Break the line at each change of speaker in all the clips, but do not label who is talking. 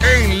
En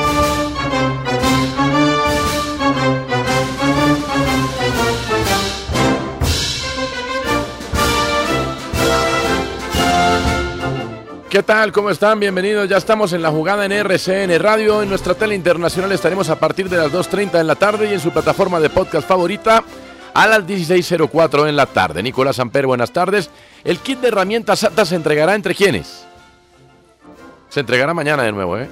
¿Qué tal? ¿Cómo están? Bienvenidos. Ya estamos en la jugada en RCN Radio. En nuestra tele internacional estaremos a partir de las 2.30 en la tarde y en su plataforma de podcast favorita a las 16.04 en la tarde. Nicolás Amper, buenas tardes. El kit de herramientas SATA se entregará entre quiénes? Se entregará mañana de nuevo, ¿eh?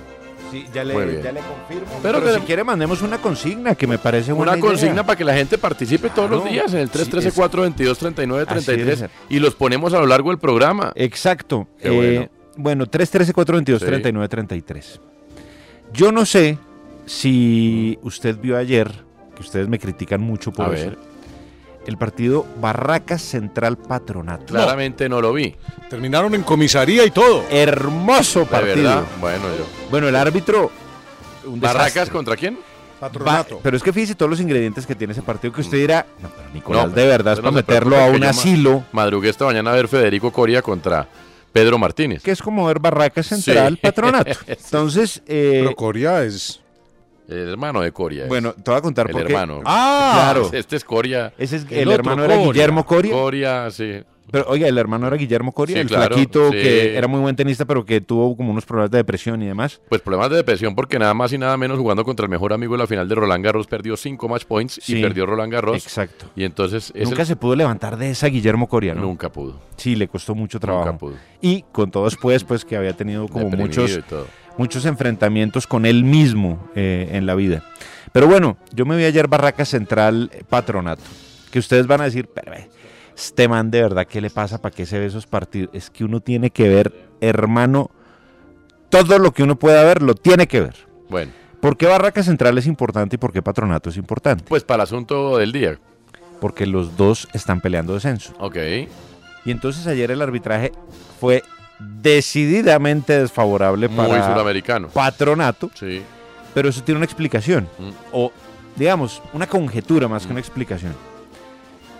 Sí, ya le,
Muy bien.
ya le confirmo.
Pero
Pero,
tenemos-
si quiere, mandemos una consigna, que me parece buena
Una
idea.
consigna para que la gente participe todos los
Claro.
días en el
Sí,
313-422-3933
es.
y los ponemos a lo largo del programa.
Exacto.
Qué
Eh, bueno, 313-422-3933. Yo no sé si usted vio ayer, que ustedes me critican mucho por
A
eso,
ver.
el partido Barracas Central Patronato.
Claramente no lo vi.
Terminaron en comisaría y todo.
Hermoso
De
partido.
verdad. Bueno, yo.
Bueno, el árbitro. un
¿Barracas
desastre.
contra quién?
Va-
Patronato.
pero es que fíjese todos los ingredientes que tiene ese partido que usted dirá, no, pero Nicolás,
No,
de verdad es
pero no
para
se
meterlo a
preocupe que
un
yo ma-
asilo,
Madrugué esta mañana a ver Federico Coria contra Pedro Martínez.
que es como ver Barracas Central
Sí.
Patronato. Entonces, eh,
Pero Coria es.
El hermano de Coria. es.
bueno, te voy a contar
el
por qué.
hermano.
¡Ah!
claro.
Este es Coria.
Ese es el,
otro,
hermano era Guillermo Coria.
Coria, sí.
Pero oiga, el hermano era Guillermo Coria,
Sí,
el
claro,
flaquito
sí.
que era muy buen tenista, pero que tuvo como unos problemas de depresión y demás.
Pues problemas de depresión porque nada más y nada menos jugando contra el mejor amigo de la final de Roland Garros perdió cinco match points y
Sí.
perdió Roland Garros.
Exacto.
Y entonces es
Nunca
el-
se pudo levantar de esa Guillermo Coria, ¿no?
nunca pudo.
Sí, le costó mucho trabajo.
pudo.
Y con todo después, pues que había tenido como
Deprimido
muchos
y todo.
muchos enfrentamientos con él mismo eh, en la vida. Pero bueno, yo me vi ayer Barraca Central eh, Patronato, que ustedes van a decir, pero eh, este man de verdad, ¿qué le pasa? ¿Para qué se ve esos partidos? Es que uno tiene que ver, hermano, todo lo que uno pueda ver, lo tiene que ver.
Bueno,
¿Por qué Barraca Central es importante y por qué Patronato es importante?
pues para el asunto del día.
Porque los dos están peleando descenso.
Ok.
Y entonces ayer el arbitraje fue decididamente desfavorable
Muy
para
suramericano.
Patronato.
Sí.
Pero eso tiene una explicación.
Mm.
O, digamos, una conjetura más que una explicación.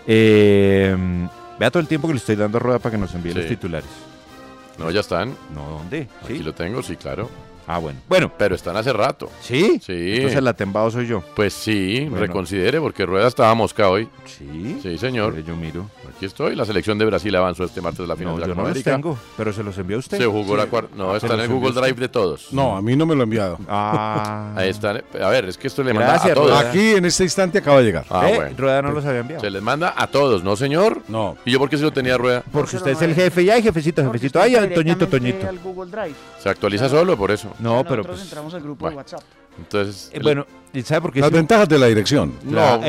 Eh, vea todo el tiempo que le estoy dando a Rueda para que nos envíe los
Sí.
titulares.
No, ya están.
No, ¿dónde?
Aquí
¿Sí?
lo tengo, sí, claro.
Ah, bueno. Bueno,
Pero están hace rato.
¿sí?
Sí.
Entonces el atembado soy yo.
Pues sí,
Bueno.
reconsidere porque Rueda estaba mosca hoy.
¿Sí?
Sí, señor.
Mire, Yo miro.
Aquí estoy. La selección de Brasil avanzó este martes a la final
No,
de la
yo
Copa
no los
América.
tengo, pero se los envió usted.
Se jugó la
Sí.
cuarta. No,
Ah,
está
se
en el
los envió
Google
usted.
Drive de todos.
No, a mí no me lo ha enviado.
Ah.
Ahí están. A ver, es que esto le manda
Gracias,
a todos.
Rueda.
Aquí en este instante acaba de llegar.
Ah,
Eh,
bueno.
Rueda no los había enviado.
Se les manda a todos, ¿no, señor?
No.
¿Y yo por qué se lo tenía Rueda?
Porque usted es el jefe ya, ay, jefecito, jefecito. Ay, Toñito, Toñito.
Se actualiza solo por eso.
No, pero pues,
Bueno, Entonces.
eh,
el-
bueno, ¿y sabe por qué?
Las
se-
ventajas de la dirección.
No, no, no,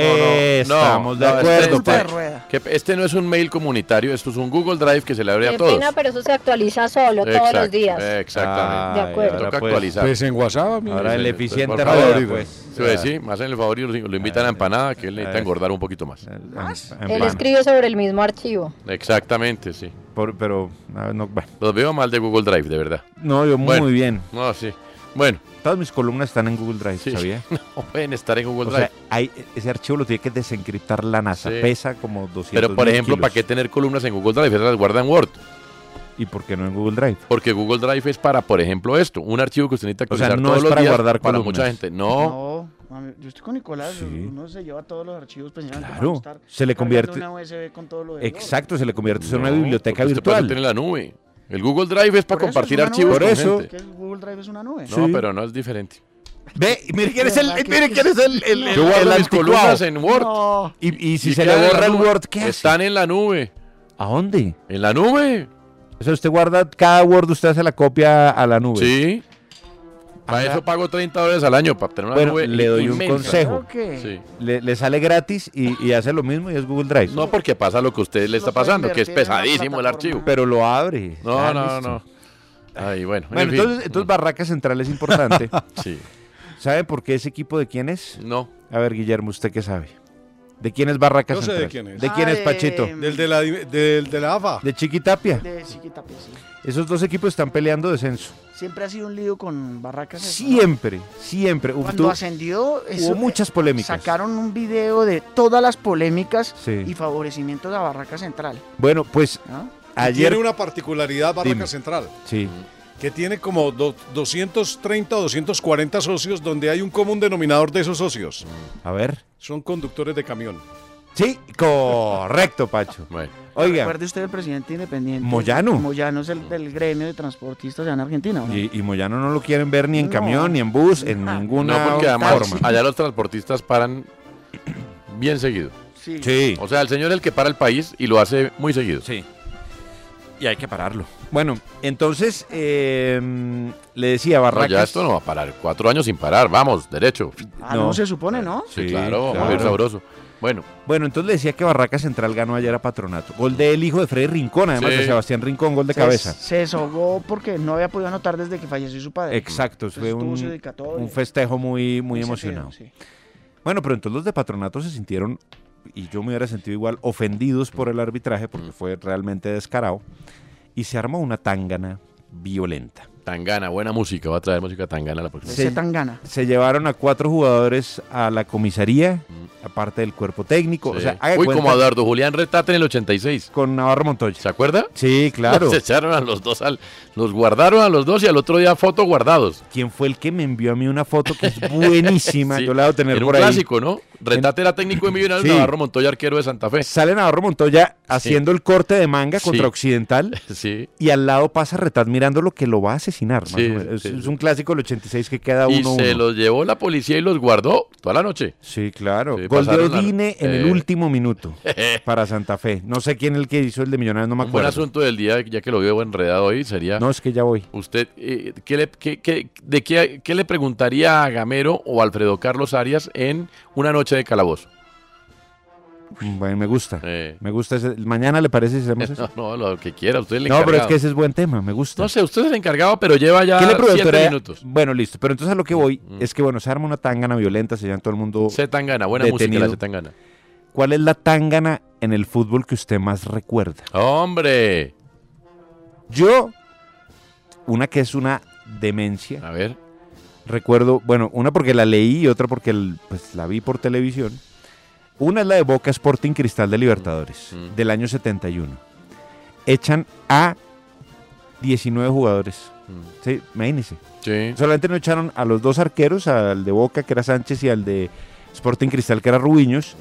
Estamos
no,
de
este-
acuerdo,
Este, que este no es un mail comunitario, esto es un Google Drive que se le abre a
Qué
todos.
pena, pero eso se actualiza solo todos
Exacto, eh,
los días.
Exactamente.
De acuerdo.
Toca
Ahora, pues,
actualizar.
Pues en WhatsApp, a mí-
ahora el
Sí,
eficiente
por favor,
Rueda,
ahorita.
pues.
Sí, sí, más en el favor y lo, lo invitan a empanada, que él necesita engordar un poquito más.
¿Más?
Ah, Él escribe sobre el mismo archivo.
Exactamente, sí.
pero, a ver, no, bueno.
Los veo mal de Google Drive, de verdad.
No, yo muy
Bueno.
bien.
No, sí. Bueno,
Todas mis columnas están en Google Drive,
sí.
¿sabía?
No pueden estar en Google
O
Drive.
sea, hay- ese archivo lo tiene que desencriptar la NASA.
Sí.
Pesa como 200
Pero, por ejemplo, ¿para qué tener columnas en Google Drive? Esas las guardan Word.
¿Y por qué no en Google Drive?
Porque Google Drive es para, por ejemplo, esto, un archivo que usted necesita
O sea,
actualizar
no
todos
es
los
para
días
guardar
para
columnas.
mucha gente. No,
No, mami, yo estoy con Nicolás, uno se lleva todos los archivos precisamente para
Claro,
no estar
se le
cargando
convierte-
una USB con todo lo de
Exacto, se le convierte en una
No,
biblioteca
porque usted para eso
virtual.
tiene la nube. El Google Drive es para
Por eso, es
compartir
una nube.
archivos.
Por
con
eso.
gente.
Que el Google Drive es una nube.
No, pero no es diferente.
Ve, mire quién es el,
¿Verdad que-
mire quién es el, el, el-
Yo guardo
el
mis
anticuado.
columnas en Word.
No,
Y, y si
¿Y
se
qué
le
hago en la
borra el
nube?
Word, ¿qué hace?
Están en la nube.
¿A dónde?
¿En la nube?
O sea, usted guarda cada Word, usted hace la copia a la nube.
Sí. Para
Ajá.
eso pago 30 dólares al año, para tener una
Bueno,
nube
le doy un
inmensa.
consejo.
creo que
Sí.
Le, le sale gratis y, y hace lo mismo y es Google Drive.
No porque pasa lo que a usted le
Lo
está
puede
pasando, que es
invertir en una
pesadísimo el
plataforma.
archivo.
Pero lo abre.
No,
Ah,
no,
listo.
no. Ay, bueno. en
Bueno,
fin.
entonces, entonces Barraca Central es importante.
Sí.
¿Sabe por qué ese equipo de quién es?
No.
A ver, Guillermo, ¿usted qué sabe? ¿De quién es Barraca
Yo sé
Central?
de quién es.
¿De quién
Ah,
es,
de-
Pachito?
Del de la, del de la AFA.
De Chiquitapia.
de Chiquita pues, sí.
Esos dos equipos están peleando descenso.
Siempre ha sido un lío con Barracas. eso, ¿no?
Siempre, siempre. Uf,
Cuando
tú-
ascendió, eso- eh,
hubo muchas polémicas.
Sacaron un video de todas las polémicas
Sí.
y favorecimientos a Barraca Central.
Bueno, pues
¿no?
ayer...
Tiene una particularidad Barraca
Dime.
Central,
Sí.
Mm.
que tiene como do- 230 o 240 socios donde hay un común denominador de esos socios.
A ver.
Son conductores de camión.
Sí, correcto, Pacho.
Bueno.
Oiga,
Recuerde usted el presidente independiente.
Moyano.
Moyano es el del gremio de transportistas allá en Argentina. ¿o no?
y, y Moyano no lo quieren ver ni en
No.
camión, ni en bus, en
No,
ninguna
no, porque además
forma.
allá los transportistas paran bien seguido.
Sí.
Sí.
O sea, el señor es el que para el país y lo hace muy seguido.
Sí. Y hay que pararlo. Bueno, entonces eh, le decía a
No,
Barracas.
ya esto no va a parar. Cuatro años sin parar. Vamos, derecho.
Ah, no.
No.
se supone, ¿no?
Sí,
Sí,
claro,
claro.
muy sabroso. Bueno,
Bueno, entonces le decía que Barracas Central ganó ayer a Patronato. Gol del hijo de Freddy Rincón, además
Sí.
de Sebastián Rincón, gol de
Se-
cabeza.
Se desahogó porque no había podido anotar desde que falleció su padre.
Exacto, fue
estuvo
un,
su dedicatoria.
un festejo muy, muy
Ese
emocionado.
pedo, sí.
Bueno, pero entonces los de Patronato se sintieron, y yo me hubiera sentido igual, ofendidos por el arbitraje porque fue realmente descarado. Y se armó una tángana violenta.
Tangana, buena música. Va a traer música Tangana la próxima.
Sí.
Ese tan gana.
Se llevaron a cuatro jugadores a la comisaría, aparte del cuerpo técnico. O sea,
Mm. Sí.
haga
Uy,
cuenta
como a Eduardo Julián Retate en el 86.
con Navarro Montoya.
¿Se acuerda?
Sí, claro.
Se echaron a los dos, al, los guardaron a los dos y al otro día foto guardados.
¿Quién fue el que me envió a mí una foto que es buenísima?
Sí,
Yo la debo tener
Era
por
un
ahí.
clásico, ¿no? Retate era técnico de Millonarios,
Sí.
Navarro Montoya, arquero de Santa Fe.
Sale Navarro Montoya haciendo el corte de manga
Sí.
contra Occidental
Sí.
y al lado pasa Retat mirando lo que lo va a asesinar. más
Sí,
o menos.
sí,
es,
sí.
es un clásico del 86 que queda
Y
1-1.
se los llevó la policía y los guardó toda la noche.
Sí, claro.
Sí,
Gol de
pasaron la-
Odine en el
Eh.
último minuto para Santa Fe. No sé quién el que hizo el de Millonarios, no me
Un buen
acuerdo.
asunto del día, ya que lo veo enredado hoy, sería...
No, es que ya voy.
¿Usted eh, ¿qué le, qué- qué- de qué, qué le preguntaría a Gamero o Alfredo Carlos Arias en una noche de calabozo?
Bueno, me gusta.
Eh,
Me gusta ese. Mañana le parece si hacemos eso.
no, no, lo que quiera, usted es el
No, pero es
encargado.
que ese es buen tema, me gusta.
No sé, usted es el encargado, pero lleva ya
¿Qué le
siete
preguntaría?
minutos.
Bueno, listo. Pero entonces a lo que voy
Mm.
es que, bueno, se arma una tangana violenta, se llama todo el mundo.
Se tangana, Ah, buena música
Detenido.
la se tangana.
¿Cuál es la tangana en el fútbol que usted más recuerda?
¡Hombre!
Yo, una que es una demencia,
A ver,
recuerdo, bueno, una porque la leí y otra porque el- pues, la vi por televisión. Una es la de Boca Sporting Cristal de Libertadores,
Mm.
del año 71. Echan a 19 jugadores.
Mm.
Sí, imagínense.
sí.
Solamente no echaron a los dos arqueros, al de Boca, que era Sánchez, y al de Sporting Cristal, que era Rubiños,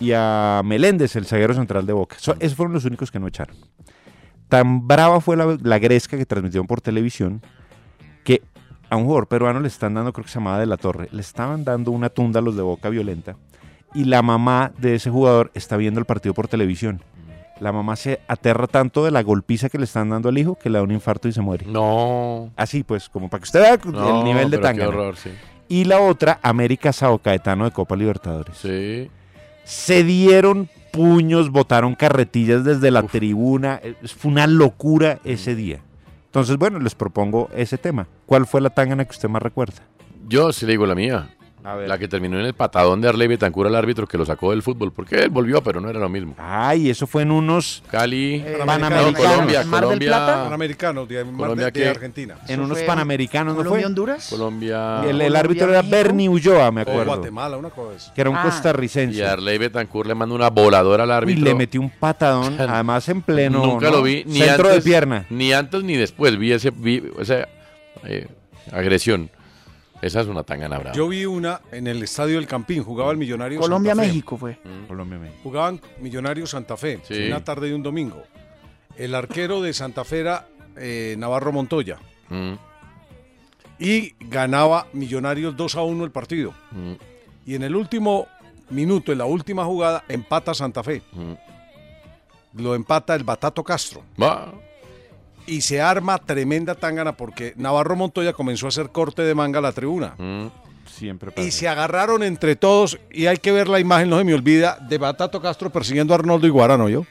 y a Meléndez, el zaguero central de Boca. So- esos fueron los únicos que no echaron. Tan brava fue la, la gresca que transmitieron por televisión que a un jugador peruano le están dando, creo que se llamaba De la Torre, le estaban dando una tunda a los de Boca violenta, y la mamá de ese jugador está viendo el partido por televisión. La mamá se aterra tanto de la golpiza que le están dando al hijo que le da un infarto y se muere.
No.
Así pues, como para que usted vea
no,
el nivel de
pero Qué
tanga.
horror, sí.
Y la otra, América Sao Caetano de Copa Libertadores.
Sí.
Se dieron puños, botaron carretillas desde la tribuna. eh, Fue una locura
Mm.
ese día. Entonces, bueno, les propongo ese tema. ¿Cuál fue la tangana que usted más recuerda?
Yo sí le digo la mía. La que terminó en el patadón de Arley Betancur al árbitro que lo sacó del fútbol. Porque él volvió, pero no era lo mismo.
Ay, eso fue en unos
Cali,
Eh,
Panamericanos. Colombia,
Mar del
Colombia.
Plata.
Panamericanos de,
Colombia
de
que-
Argentina.
en unos panamericanos, ¿no fue?
Honduras?
Colombia.
El, el árbitro era Bernie Ulloa, me
O
acuerdo.
Guatemala, una cosa de esas.
Que era un
Ah.
Y
costarricense.
Arley Betancourt le manda una voladora al
Y
árbitro.
le metió un patadón, además en pleno.
Nunca
¿no?
lo vi. Ni
Centro
antes,
de pierna.
Ni antes ni después. Vi, ese, vi esa eh, agresión. Esa es una tangana brava.
Yo vi una en el estadio del Campín, jugaba el Millonario Santa Fe.
Colombia-México fue.
Mm.
Colombia, me-
Jugaban Millonarios Santa Fe,
Sí.
una tarde de un domingo. El arquero de Santa Fe era eh, Navarro Montoya
Mm,
y ganaba Millonarios 2 a 1 el partido.
mm,
Y en el último minuto, en la última jugada, empata Santa Fe.
mm.
Lo empata el Batato Castro.
Va.
Y se arma tremenda tangana porque Navarro Montoya comenzó a hacer corte de manga a la tribuna.
Mm.
Siempre pasa.
Y se agarraron entre todos, y hay que ver la imagen, no se me olvida, de Batato Castro persiguiendo a Arnoldo Iguarano, ¿yo?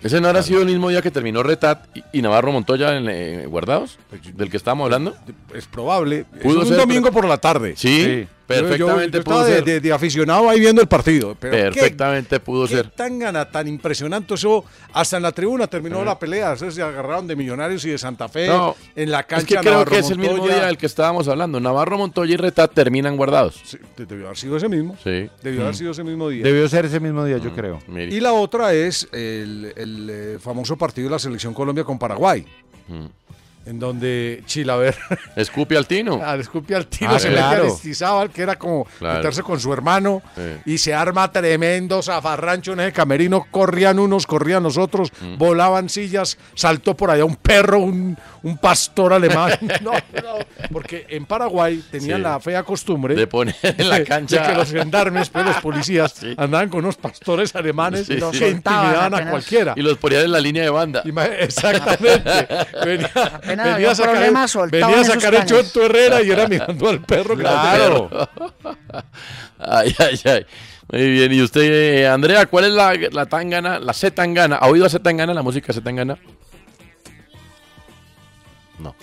¿Ese no habrá sido el mismo día que terminó Retat y, y Navarro Montoya en eh, Guardados? ¿Del que estábamos hablando?
Es probable. Pues Es
Pudo
un
ser,
domingo por la tarde.
Sí,
Sí.
perfectamente
Yo- yo
pudo
estaba de,
ser.
de- de aficionado ahí viendo el partido. pero qué-
perfectamente pudo
qué
ser.
tan gana, tan impresionante eso. Hasta en la tribuna terminó la pelea. eso Se agarraron de Millonarios y de Santa Fe.
No,
en la
Es
cancha
que creo
Navarro
que es el mismo
Montoya.
día del que estábamos hablando. Navarro Montoya y Retat terminan guardados.
Sí, de- debió haber sido ese mismo.
Sí. Mm.
Debió haber sido ese mismo día.
Mm. Debió ser ese mismo día, yo creo.
Mire.
y la otra es el, el, eh, famoso partido de la selección Colombia con Paraguay,
Mm.
en donde Chilaver
Escupe al Tino.
a escupir al tiro,
Ah,
se mete
claro.
al Aristizábal, que era como
Claro.
meterse con su hermano,
Sí.
y se arma tremendo zafarrancho en ese camerino, corrían unos, corrían los otros,
Mm.
volaban sillas, saltó por allá un perro, un, un pastor alemán, No, no, porque en Paraguay tenían
Sí.
la fea costumbre
De poner en la
de-
cancha.
de que los gendarmes, pues, los policías,
Sí.
andaban con unos pastores alemanes
Sí,
que
sí.
intimidaban a
apenas.
cualquiera.
Y los ponían en la línea de banda.
Ima- Exactamente. Venía,
Apenas había
venía a
un
sacar,
problema,
el,
soltaban
venía a
esos
sacar el
caños.
Chonto Herrera y era mirando al perro. que era el perro.
Ay, ay, ay. Muy bien. Y usted, eh, Andrea, ¿cuál es la, la tangana, la C tangana? ¿Ha oído a C tangana, la música C tangana? No.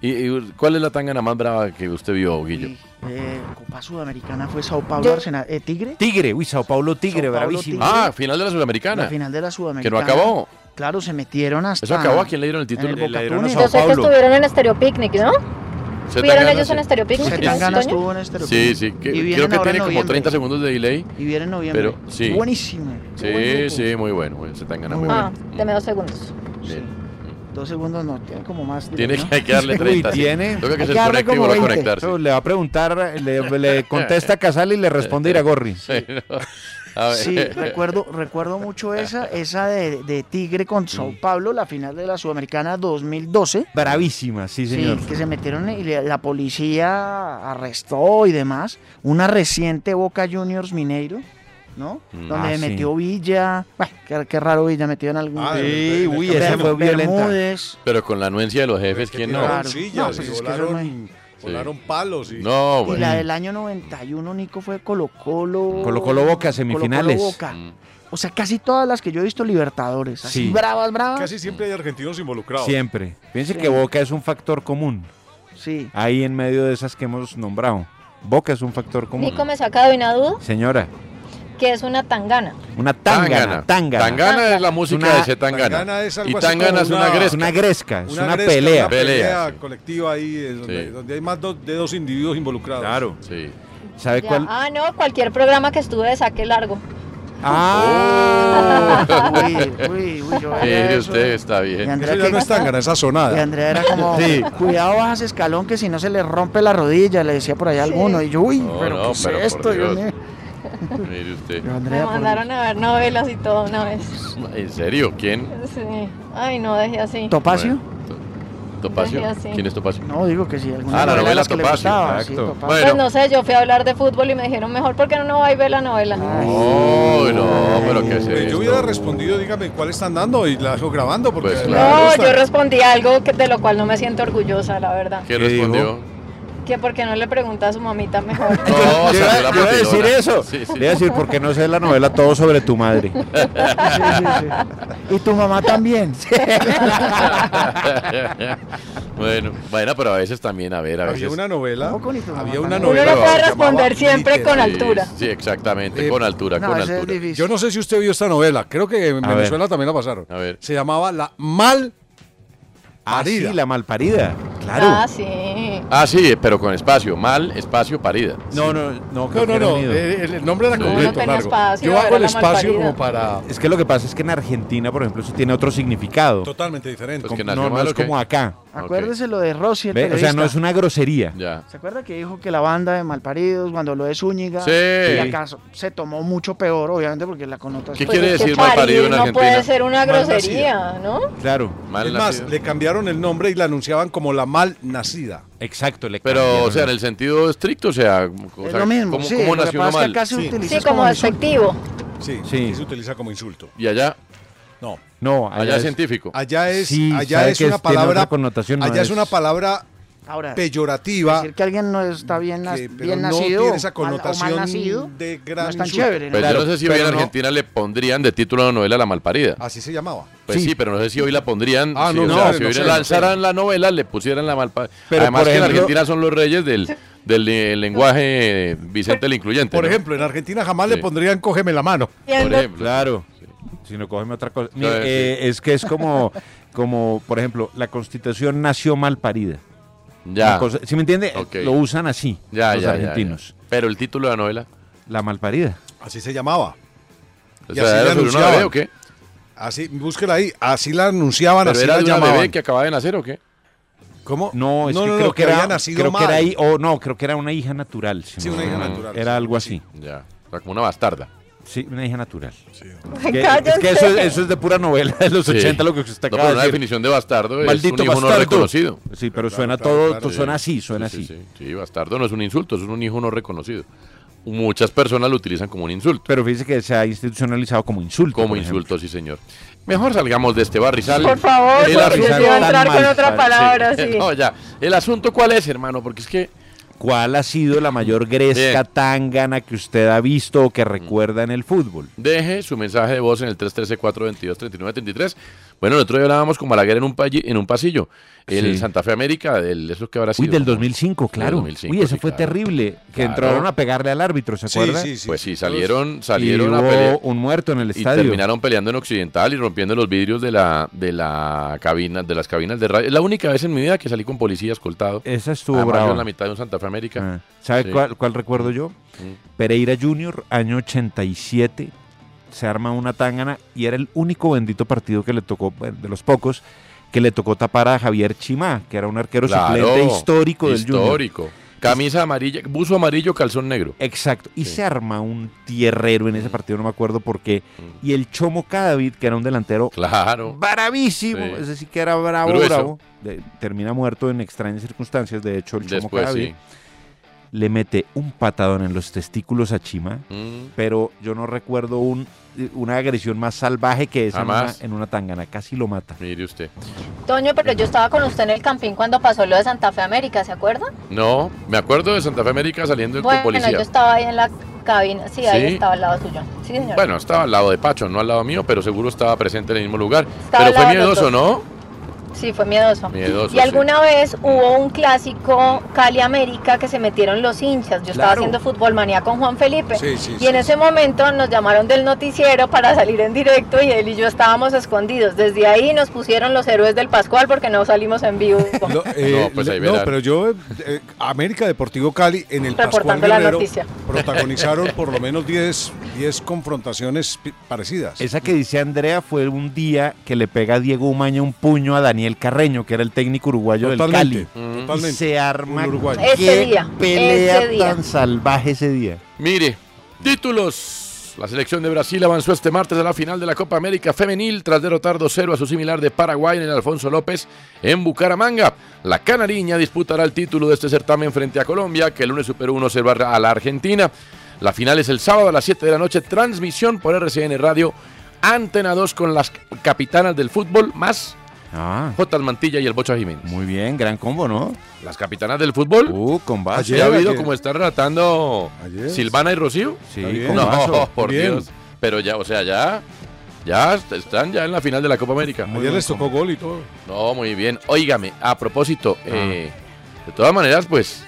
¿Y, y cuál es la tangana más brava que usted vio, Guillo?
Y, eh, Copa Sudamericana fue Sao Paulo, Arsenal, eh, Tigre.
Tigre, uy, Sao Paulo Tigre,
Sao Paulo,
bravísimo.
Tigre.
Ah, final de la
La
Sudamericana.
final de la
Que no
Sudamericana.
acabó.
Claro, se metieron hasta.
Eso acabó. ¿A quién le dieron el
en
título?
el Boca
dieron a
Juniors.
Sao
Yo sé que
Paulo.
estuvieron en Estéreo Picnic, ¿no?
Se
¿Estuvieron
tangana,
ellos
sí.
en Estéreo Picnic?
Sí,
este
Zetangana
año?
estuvo en este
Sí, sí. que-
Y vienen
creo
ahora
que
en
tiene como
noviembre.
30 segundos de delay.
Y viene en noviembre.
Pero, sí.
Buenísimo. Qué buen grupo.
Sí, sí, muy bueno. muy- Se tangana muy
Ah,
bueno.
deme dos segundos.
Sí.
Bien.
Dos segundos no, tiene como más.
Tiene
¿no?
que, hay que darle
Uy,
30. sí.
tiene.
Toca que
Hay
se
que darle
desconecte y
como
vuelva a
20.
conectarse.
Eso Le va a preguntar, le, le contesta a Casal y le responde Iragorri.
A ver.
Sí, recuerdo, recuerdo mucho esa, esa de, de Tigre con Sao Paulo, la final de la Sudamericana 2012.
Bravísima, sí,
Sí,
señor.
que se metieron y le- la policía arrestó y demás. Una reciente Boca Juniors Mineiro, ¿no? Donde
Ah, sí.
metió Villa. Bueno, qué, qué raro Villa metido en algún.
Ah,
Sí, uy,
Ver-
esa fue violenta.
Bermúdez.
Pero con la anuencia de los jefes, ¿quién no?
Tiraron
Claro.
sillas
No, pues
y
es que eso
volaron, volaron
Oh,
palos. Y,
No,
Y
bueno.
la del año 91, Nico, fue Colo Colo.
Colo-Colo Boca, semifinales.
Boca. O sea, casi todas las que yo he visto Libertadores. Así
Sí.
bravas, bravas.
Casi siempre hay argentinos involucrados.
Siempre. Piense que Boca es un factor común.
Sí.
Ahí en medio de esas que hemos nombrado. Boca es un factor común.
Nico me saca de una duda,
Señora,
que es una tangana.
una tangana. Tangana.
es la música
Una-
de Zetangana.
Tangana es algo
y
así
Tangana
como
es una
una-
Es
gresca.
una gresca, es una
gresca,
pelea.
una pelea
Pelea, sí.
colectiva ahí, es donde,
Sí.
donde hay más do- de dos individuos involucrados.
Claro.
Sí.
¿Sabe
Ya.
cuál?
Ah, no, cualquier programa que estuve de saque largo.
Ah.
Uy, uy, uy, yo veía
Mire
eso.
Oh. usted, está
Y
bien.
Andrea,
Eso ya
que-
no es tangana, esa
Y
sonada.
Andrea era como,
Sí.
cuidado bajas escalón que si no se le rompe la rodilla, le decía por allá alguno. Y yo, uy,
No,
pero
no,
¿qué es
pero por
esto? Dios
Dios.
mío.
Mire usted.
Yo, Andrea,
Me
por-
mandaron a ver novelas y todo una vez.
¿En serio? ¿Quién?
Sí. Ay, no, dejé así.
¿Topacio?
Bueno, ¿Topacio?
Dejé así.
¿Quién es Topacio?
No, digo que sí, alguna
Ah,
novela
la
de
novela ¿eh?
las que le
Topacio,
gustaba, sí,
exacto.
Topacio.
Pues
Bueno.
no sé, yo fui a hablar de fútbol y me dijeron, mejor porque no va y ve la novela.
Ah,
Oh, no, pero qué
Pues
sé.
Yo hubiera respondido, dígame cuál están dando y la dejo grabando. Porque
Pues
No,
claro.
yo respondí algo que- de lo cual no me siento orgullosa, la verdad.
¿Qué
¿Qué dijo?
respondió?
Que porque no le pregunta a su mamita mejor.
No,
Yo
salió la
iba- yo iba a
papilona.
decir eso.
Sí, sí. Le iba a decir, porque no sé la novela todo sobre tu madre.
Y tu mamá también.
bueno, bueno, pero a veces también, a ver, a
Había
veces.
una novela. Había una
Uno
novela.
no
que
puede
se
responder
llamaba
siempre
Glitter.
con altura.
Sí, exactamente,
Eh,
con altura, con altura.
Yo no sé si usted vio esta novela. Creo que en
A ver.
Venezuela también la pasaron. Se llamaba La Mal Parida.
Ah, sí, La
Mal Parida.
Ah, sí.
Ah, sí, pero con espacio, mal, espacio, parida.
No, no, no,
No, no, no. eh, El, nombre era
Sí.
completo,
Uno tenía
largo.
espacio,
Yo hago
era
el
la
espacio
malparida.
como para.
Es que lo que pasa es que en Argentina, por ejemplo, eso tiene otro significado. Pues
Totalmente diferente.
Como- no, no es como acá.
Acuérdese lo de Rossi, el
Ve, O sea, no
periodista.
es una grosería.
¿Se acuerda que dijo que la banda de Malparidos, cuando lo de Zúñiga,
Sí.
y acaso se tomó mucho peor, obviamente, porque la connotación.
¿Qué Pues quiere es que decir parir malparido en no Argentina?
Puede ser
Mal
una
nacida.
grosería, ¿no?
Claro.
es más,
nacido.
le cambiaron el nombre y la anunciaban como la mal nacida.
Exacto, le
Pero, o sea, en el sentido estricto, o sea, o sea, ¿cómo, cómo nació uno mal?
Sí.
Sí, como despectivo.
Sí,
Sí.
aquí se utiliza como insulto.
¿Y allá?
No.
No,
allá, es científico.
Allá es,
Sí,
allá
sabe
es
que
una
es- tiene otra
palabra.
connotación, no
allá es
es-
una palabra
Ahora,
peyorativa.
Decir que alguien no está bien, na-
que- pero
bien
no
nacido
tiene esa
o mal- o mal
connotación
nacido,
de gran
no es tan
insulto.
chévere. ¿no?
Pues yo no sé si hoy en Argentina le pondrían de título a la novela La Malparida.
Así se llamaba.
Pues sí. pero no sé si hoy la pondrían.
Ah,
sí,
no,
o
no,
sea,
no
si hoy
sé, no
lanzaran la novela, le pusieran la Malparida.
Pero,
Además,
por
que en
ejemplo-
Argentina son los reyes del, del, eh, lenguaje Vicente el Incluyente.
Por
¿no?
ejemplo, en Argentina jamás le
Sí.
pondrían cógeme la mano.
Por ejemplo.
Claro. Si no, cógeme otra cosa. Mire,
Sí, sí.
eh, es que es como, como, por ejemplo, la constitución nació mal parida.
Ya.
Una cosa- ¿Sí me entiende?
Ok.
Lo usan así
Ya,
los
ya, ya,
argentinos.
ya. Pero el título de la novela.
La malparida.
Así se llamaba.
O
Y
sea,
así
¿era
la
sobre una
anunciaban.
bebé o qué?
Así, búsquela ahí. Así la anunciaban,
¿Pero
así
era
la
de una bebé
llamaban.
que acababa de nacer o qué?
¿Cómo?
No, es
No,
que
no, no,
creo que,
que
era,
había nacido
creo que
mal.
era ahí, o no, creo que era una hija natural. si
Sí,
no
una
me
hija
equivoco.
natural,
Era algo así.
Ya. Era como una bastarda.
Sí, una hija natural.
Ay,
Que- es
cállate.
que eso, eso es de pura novela de los
Sí.
80 lo que usted
No,
acaba
pero
de
una
decir.
definición de bastardo es
Maldito
un hijo no
bastardo.
reconocido.
Sí, pero
Claro,
suena
claro,
todo,
claro.
todo- suena así, suena
Sí, sí,
así.
sí. Sí, bastardo no es un insulto, eso es un hijo no reconocido. Muchas personas lo utilizan como un insulto.
Pero fíjese que se ha institucionalizado como insulto.
Como
por ejemplo.
insulto, sí, señor. Mejor salgamos de este barrizal.
Por favor,
El
porque
arrizal
yo iba a
tan
entrar con
mal,
otra
padre.
palabra, sí.
No, ya. ¿El asunto cuál es, hermano? Porque es que...
¿Cuál ha sido la mayor gresca
Bien.
tangana que usted ha visto o que recuerda en el fútbol?
Deje su mensaje de voz en el 313-422-3933. Bueno, el otro día hablábamos con Malaguer en un, palli- en un pasillo. El
Sí.
Santa Fe América, del, eso que habrá sido.
Uy, del
como-
2005,
Sí, del
claro.
2005,
Uy, eso
sí,
fue
claro.
terrible. Que
Claro.
entraron a pegarle al árbitro, ¿se acuerda?
Pues sí, salieron, salieron
y
a
hubo
pelear.
un muerto en el
Y
estadio.
terminaron peleando en Occidental y rompiendo los vidrios de la, de la cabina, de las cabinas de radio. Es la única vez en mi vida que salí con policía escoltado.
Esa estuvo
Además, yo
brava.
en la mitad de un Santa Fe América.
Ah, ¿Sabe
Sí.
cuál, cuál recuerdo yo?
Mm.
Pereira Junior, año 87, se arma una tangana y era el único bendito partido que le tocó, bueno, de los pocos, que le tocó tapar a Javier Chimá, que era un arquero
Claro,
suplente histórico del Junior.
Histórico. Camisa amarilla, buzo amarillo, calzón negro. Mm.
Exacto. Y se arma un tierrero en ese partido, no me acuerdo por qué. Y el Chomo Cadavid, que era un delantero
Claro.
bravísimo,
Sí.
ese sí que era bravo,
Grueso.
bravo. de- termina muerto en extrañas circunstancias, de hecho, el Chomo
Después,
Cadavid.
sí.
Le mete un patadón en los testículos a Chima,
Mm.
pero yo no recuerdo un, una agresión más salvaje que esa en una,
Jamás.
en una tangana. Casi lo mata.
Mire usted.
Toño, pero yo estaba con usted en el campín cuando pasó lo de Santa Fe América, ¿se acuerda?
No, me acuerdo de Santa Fe América saliendo
Bueno,
con
yo
policía.
estaba ahí en la cabina. Sí, ahí
Sí.
estaba al lado suyo. Sí, señor.
Bueno, estaba al lado de Pacho, no al lado mío, pero seguro estaba presente en el mismo lugar.
Estaba al
pero fue
lado de los
miedoso, ¿no?
dos. Sí, fue miedoso.
Miedoso,
y alguna vez hubo un clásico Cali América que se metieron los hinchas. Yo estaba
Claro.
haciendo fútbol manía con Juan Felipe.
Sí, sí,
y
sí,
en ese momento nos llamaron del noticiero para salir en directo y él y yo estábamos escondidos. Desde ahí nos pusieron los héroes del Pascual porque no salimos en vivo.
Eh,
No, pues ahí
le- no,
verán.
pero yo, eh, eh, América Deportivo Cali, en el Pascual
Reportando la
Guerrero,
noticia.
protagonizaron por lo menos 10 10 confrontaciones pi- parecidas.
Esa que dice Andrea fue un día que le pega a Diego Umaña un puño a Daniel Carreño, que era el técnico uruguayo
Totalmente,
del Cali.
Mm.
Y
totalmente.
se arma
Un uruguayo.
qué
Ese día,
pelea
ese día.
tan salvaje ese día.
Mire, títulos. La selección de Brasil avanzó este martes a la final de la Copa América Femenil tras derrotar 2-0 a su similar de Paraguay en el Alfonso López en Bucaramanga. La canariña disputará el título de este certamen frente a Colombia, que el lunes superó 1-0 a la Argentina. La final es el sábado a las 7 de la noche, transmisión por RCN Radio, Antena 2 con las capitanas del fútbol, más
Ah.
Jotas Mantilla y el Bocha Jiménez.
Muy bien, gran combo, ¿no?
Las capitanas del fútbol.
Uh, con vaso.
¿Ya ha habido como están Pues relatando Silvana y Rocío?
Sí, con
no,
vaso.
por
Bien.
Dios. Pero ya, o sea, ya. Ya están ya en la final de la Copa América.
Ayer les tocó gol y todo.
No, muy bien. Óigame, a propósito, eh, de todas maneras, pues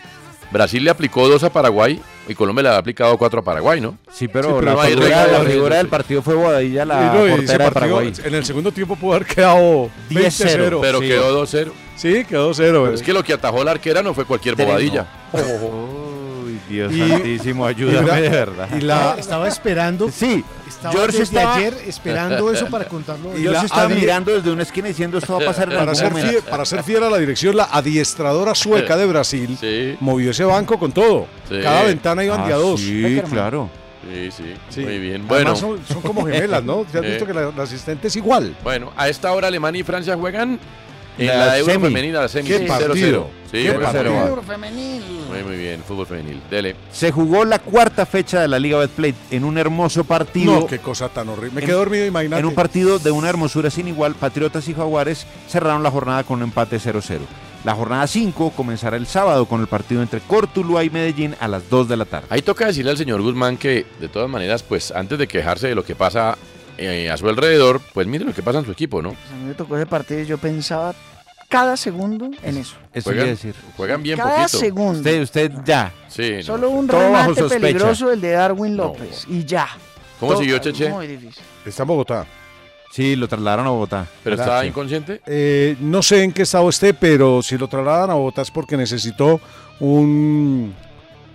Brasil le aplicó dos a Paraguay y Colombia le ha aplicado cuatro a Paraguay, ¿no?
Sí, pero,
Sí, pero
la,
no hay
figura,
regla,
la figura
sí.
del partido fue Boadilla, la
Y no, y ese
portera de
partido,
Paraguay.
En el segundo tiempo pudo haber quedado 10-0.
Pero
Sí.
quedó 2-0.
Sí, quedó 0.
Pero es que lo que atajó la arquera no fue cualquier
Tres,
bobadilla.
Uy, Dios
Y-
santísimo, ayúdame
y la-
de verdad.
y la-
Estaba esperando.
Sí,
Estaba
George
desde
estaba-
ayer esperando eso para contarlo.
Yo
hoy.
se estaba mirando desde una esquina diciendo esto va a pasar en
para
algún
ser,
momento.
fiel, para ser fiel a la dirección, la adiestradora sueca de Brasil movió ese banco con todo.
Sí.
Cada ventana iban de a
Ah,
dos.
sí,
Beckerman.
claro. Sí, sí, Muy bien. Bueno.
Además, son, son como gemelas, ¿no? ¿Te has
Eh,
visto que la, la asistente es igual?
Bueno, a esta hora Alemania y Francia juegan en
La
la, Euro
semi.
femenina, la semi.
¿Qué
0-0.
partido?
Sí,
¿Qué
0-0.
partido?
Fútbol femenil. Muy, muy bien, fútbol femenil. Dele.
Se jugó la cuarta fecha de la Liga Betplay en un hermoso partido.
No, qué cosa tan horrible. Me
En-
quedé dormido, imagínate.
En un partido de una hermosura sin igual, Patriotas y Jaguares cerraron la jornada con un empate 0-0. La jornada 5 comenzará el sábado con el partido entre Cortuluá y Medellín a las 2 de la tarde.
Ahí toca decirle al señor Guzmán que, de todas maneras, pues antes de quejarse de lo que pasa eh, a su alrededor, pues mire lo que pasa en su equipo, ¿no?
A mí me tocó ese partido y yo pensaba cada segundo en eso.
Eso
Juegan-
iba a decir.
Juegan bien
Cada
poquito.
segundo.
Usted, usted ya.
Sí. no.
Solo un
Todo bajo
remate
sospecha.
peligroso, el de Darwin López. Y ya.
¿Cómo
Todo-
siguió, Cheche?
Muy difícil.
Está en Bogotá.
Sí, lo trasladaron a Bogotá.
¿Pero
Gracias.
está inconsciente?
Eh, no sé en qué estado esté, pero si lo trasladan a Bogotá es porque necesitó un,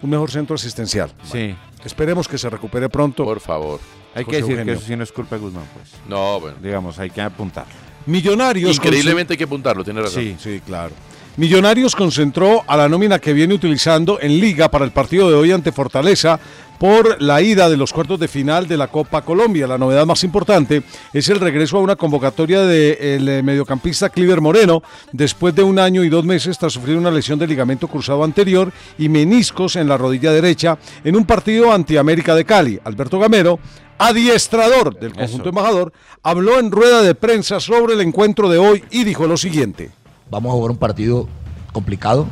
un mejor centro asistencial.
Sí.
Esperemos que se recupere pronto.
Por favor.
Hay que decir que eso sí no es culpa de Guzmán, pues.
No, bueno.
Digamos, hay que apuntarlo.
Millonarios. con su-
Increíblemente hay que apuntarlo, tiene razón.
Sí, sí, claro. Millonarios concentró a la nómina que viene utilizando en Liga para el partido de hoy ante Fortaleza por la ida de los cuartos de final de la Copa Colombia. La novedad más importante es el regreso a una convocatoria del mediocampista Cliver Moreno después de un año y dos meses tras sufrir una lesión de ligamento cruzado anterior y meniscos en la rodilla derecha en un partido ante América de Cali. Alberto Gamero, adiestrador del conjunto embajador, habló en rueda de prensa sobre el encuentro de hoy y dijo lo siguiente.
Vamos a jugar un partido complicado.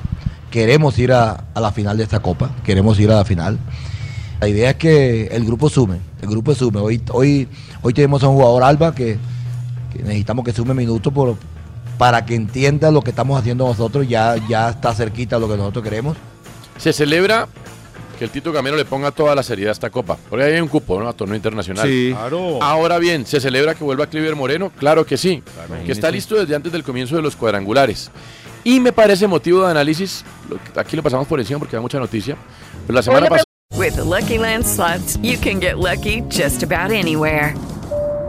Queremos ir a, a la final de esta copa. Queremos ir a la final. La idea es que el grupo sume. El grupo sume. Hoy, hoy, hoy tenemos a un jugador Alba que, que necesitamos que sume minutos por- para que entienda lo que estamos haciendo nosotros. Ya, ya está cerquita lo que nosotros queremos.
Se celebra que el Tito Gamero le ponga toda la seriedad a esta copa. Porque ahí hay un cupo, ¿no? A torneo internacional.
Sí.
Claro. Ahora bien, ¿se celebra que vuelva Cliver Moreno? Claro que sí. Que está
Imagínese.
listo desde antes del comienzo de los cuadrangulares. Y me parece motivo de análisis. lo que- Aquí lo pasamos por encima porque da mucha noticia. Pero la semana pasada.
With the Lucky Land slots, you can get lucky just about anywhere.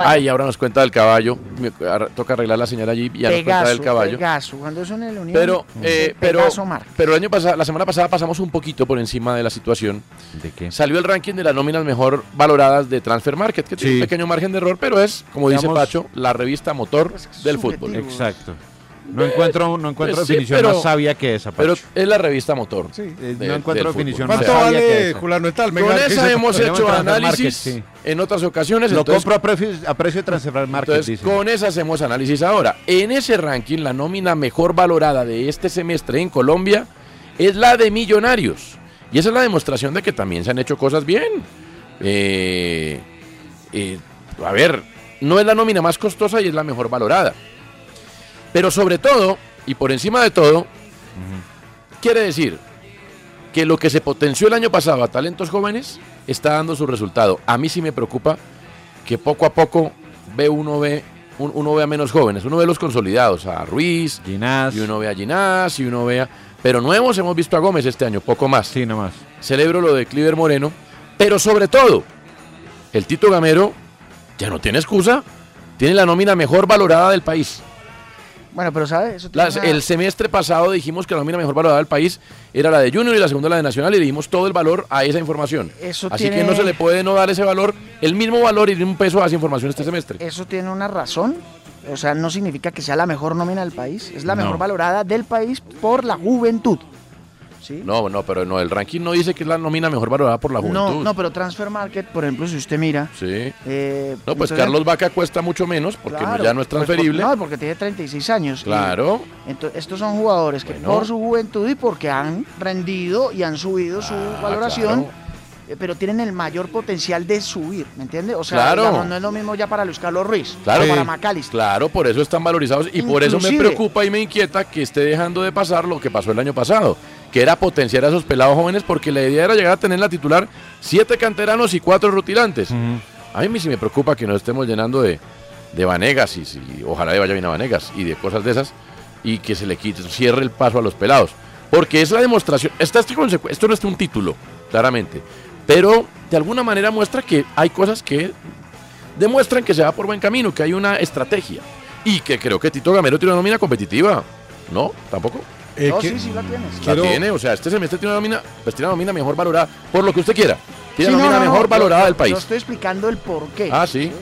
Ay, ahora nos cuenta del caballo. Me- ar- Toca arreglar la señal allí y ahora nos cuenta del
Pegaso,
caballo.
Pegaso. Cuando eso en el Unión.
Pero, eh, pero,
Pegaso marca.
pero el año pasado, la semana pasada pasamos un poquito por encima de la situación.
¿De qué?
Salió el ranking de las nóminas mejor valoradas de Transfer Market, que tiene
Sí.
un pequeño margen de error, pero es, como dice
Digamos,
Pacho, la revista motor del fútbol.
Exacto. No encuentro, no encuentro
Pues sí,
definición
pero-
más sabia que esa, Pacho.
Pero es la revista motor.
Eh,
del-
no encuentro
del fútbol.
definición
¿Cuánto
más sabia que
vale
esa.
Julano de Tal?
Con esa hemos hecho análisis en otras ocasiones.
Lo
entonces-
compro a precio, a precio de Transfer Market,
Entonces,
dice.
con esa hacemos análisis ahora. En ese ranking, la nómina mejor valorada de este semestre en Colombia es la de Millonarios. Y esa es la demostración de que también se han hecho cosas bien. Eh, eh, a ver, no es la nómina más costosa y es la mejor valorada. Pero sobre todo, Y por encima de todo, quiere decir que lo que se potenció el año pasado a talentos jóvenes está dando su resultado. A mí sí me preocupa que poco a poco ve uno ve un- uno ve a menos jóvenes, uno ve los consolidados, a Ruiz, y uno ve a Ginás, y uno ve a... Pero nuevos hemos visto a Gómez este año, poco más. Sí,
más.
Celebro lo de Cliver Moreno, pero sobre todo, el Tito Gamero ya no tiene excusa, tiene la nómina mejor valorada del país.
Bueno, pero ¿sabes? Eso tiene
Las-
una-
el semestre pasado dijimos que la nómina mejor valorada del país era la de Junior y la segunda la de Nacional y le dimos todo el valor a esa información.
Eso
Así que
tiene-
no se le puede no dar ese valor, el mismo valor y un peso a esa información
Eh,
este semestre.
Eso tiene una razón. O sea, no significa que sea la mejor nómina del país. Es la
No.
mejor valorada del país por la juventud.
No, no, pero no, el ranking no dice que es la nómina mejor valorada por la juventud.
No, no, pero Transfer Market, por ejemplo, si usted mira.
Sí.
eh,
No, pues
entonces-
Carlos Vaca cuesta mucho menos porque no-
Claro,
ya no es
pues, por-
transferible.
no, porque tiene 36 años. y-
claro.
Ento- estos son jugadores que
Bueno.
por su juventud y porque han rendido y han subido su
Ah,
valoración, eh, pero tienen el mayor potencial de subir, ¿me entiende? O sea,
Claro.
digamos, no es lo mismo ya para Luis Carlos Ruiz,
Claro,
o para
Sí.
Macalister.
Claro, por eso están valorizados y por eso me
Inclusive-
preocupa y me inquieta que esté dejando de pasar lo que pasó el año pasado, que era potenciar a esos pelados jóvenes porque la idea era llegar a tener la titular siete canteranos y cuatro rutilantes. A mí sí me preocupa que nos estemos llenando de, de Vanegas y, si- ojalá le vaya bien a Vanegas y de cosas de esas y que se le quite, cierre el paso a los pelados. Porque es la demostración, esta, esta consecu- esto no es un título, claramente, pero de alguna manera muestra que hay cosas que demuestran que se va por buen camino, que hay una estrategia. Y que creo que Tito Gamero tiene una nómina competitiva. ¿No? ¿Tampoco?
Eh,
No,
que-
sí, sí la tienes.
Quiero-
La tiene, o sea, este semestre tiene una nómina, pues tiene una nómina mejor valorada, por lo que usted quiera. Tiene
Sí,
la
no,
nómina
no, no,
mejor
yo-
valorada
yo-
del
Yo
país.
estoy explicando el por qué.
Ah, sí.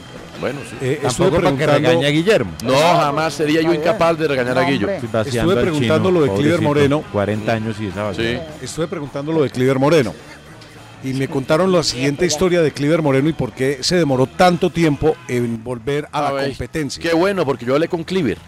Bueno, sí.
Eh, estuve Tampoco para que preguntando- regañe a Guillermo.
No, jamás sería yo
Está bien.
incapaz de regañar a
No,
Guillo.
hombre. Estuve preguntando lo de Cliver Moreno.
40 años y esa basura.
Estuve preguntando lo de Cliver Moreno. Y me contaron la siguiente historia de Cliver Moreno y por qué se demoró tanto tiempo en volver a
A
la
ver,
competencia.
Qué bueno, porque yo hablé con Cliver.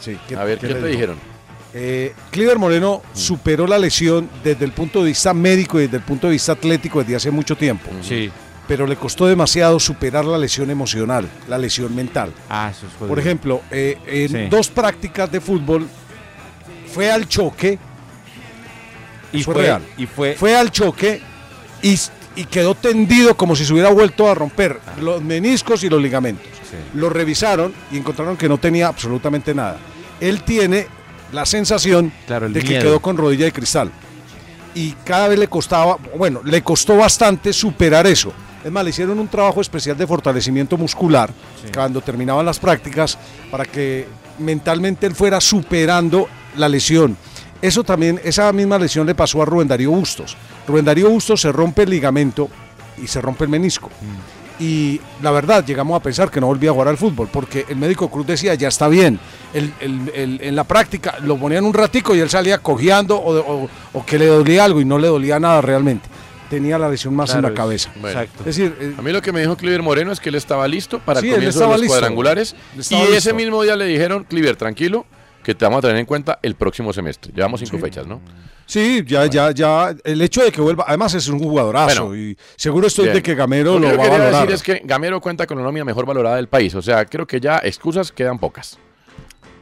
Sí,
a ver, ¿qué,
qué le
te
dijo?
dijeron?
Eh, Cliver Moreno superó la lesión desde el punto de vista médico y desde el punto de vista atlético desde hace mucho tiempo.
Sí.
Pero le costó demasiado superar la lesión emocional, la lesión mental.
Ah, eso es jodido.
Por ejemplo, eh, en
Sí.
dos prácticas de fútbol fue al choque
Y
eso es
fue-
real.
y fue-
al choque y, s- y quedó tendido como si se hubiera vuelto a romper los meniscos y los ligamentos. Lo revisaron y encontraron que no tenía absolutamente nada. Él tiene la sensación
Claro, el
de que
miedo.
quedó con rodilla de cristal. Y cada vez le costaba, bueno, le costó bastante superar eso. Es más, le hicieron un trabajo especial de fortalecimiento muscular cuando terminaban las prácticas para que mentalmente él fuera superando la lesión. Eso también, esa misma lesión le pasó a Rubén Darío Bustos. Rubén Darío Bustos se rompe el ligamento y se rompe el menisco.
mm.
Y la verdad, llegamos a pensar que no volvía a jugar al fútbol, porque el médico Cruz decía, ya está bien. El- el- el- en la práctica lo ponían un ratico y él salía cojeando o, o- o que le dolía algo y no le dolía nada realmente. Tenía la lesión más
Claro,
en
es-
la cabeza.
bueno.
Es decir, eh,
a mí lo que me dijo Cliver Moreno es que él estaba listo para
Sí,
el
él
comienzo de
estaba
los
listo.
cuadrangulares.
Él
Y
estaba
ese
listo.
mismo día le dijeron, Cliver, tranquilo, que te vamos a tener en cuenta el próximo semestre. Llevamos cinco fechas, ¿no?
sí, ya, ya, ya, el hecho de que vuelva, además es un jugadorazo
Bueno.
y seguro estoy
Bien.
de que Gamero
que
lo va a
quería
valorar.
decir es que Gamero cuenta con la nómina mejor valorada del país. O sea, creo que ya excusas quedan pocas.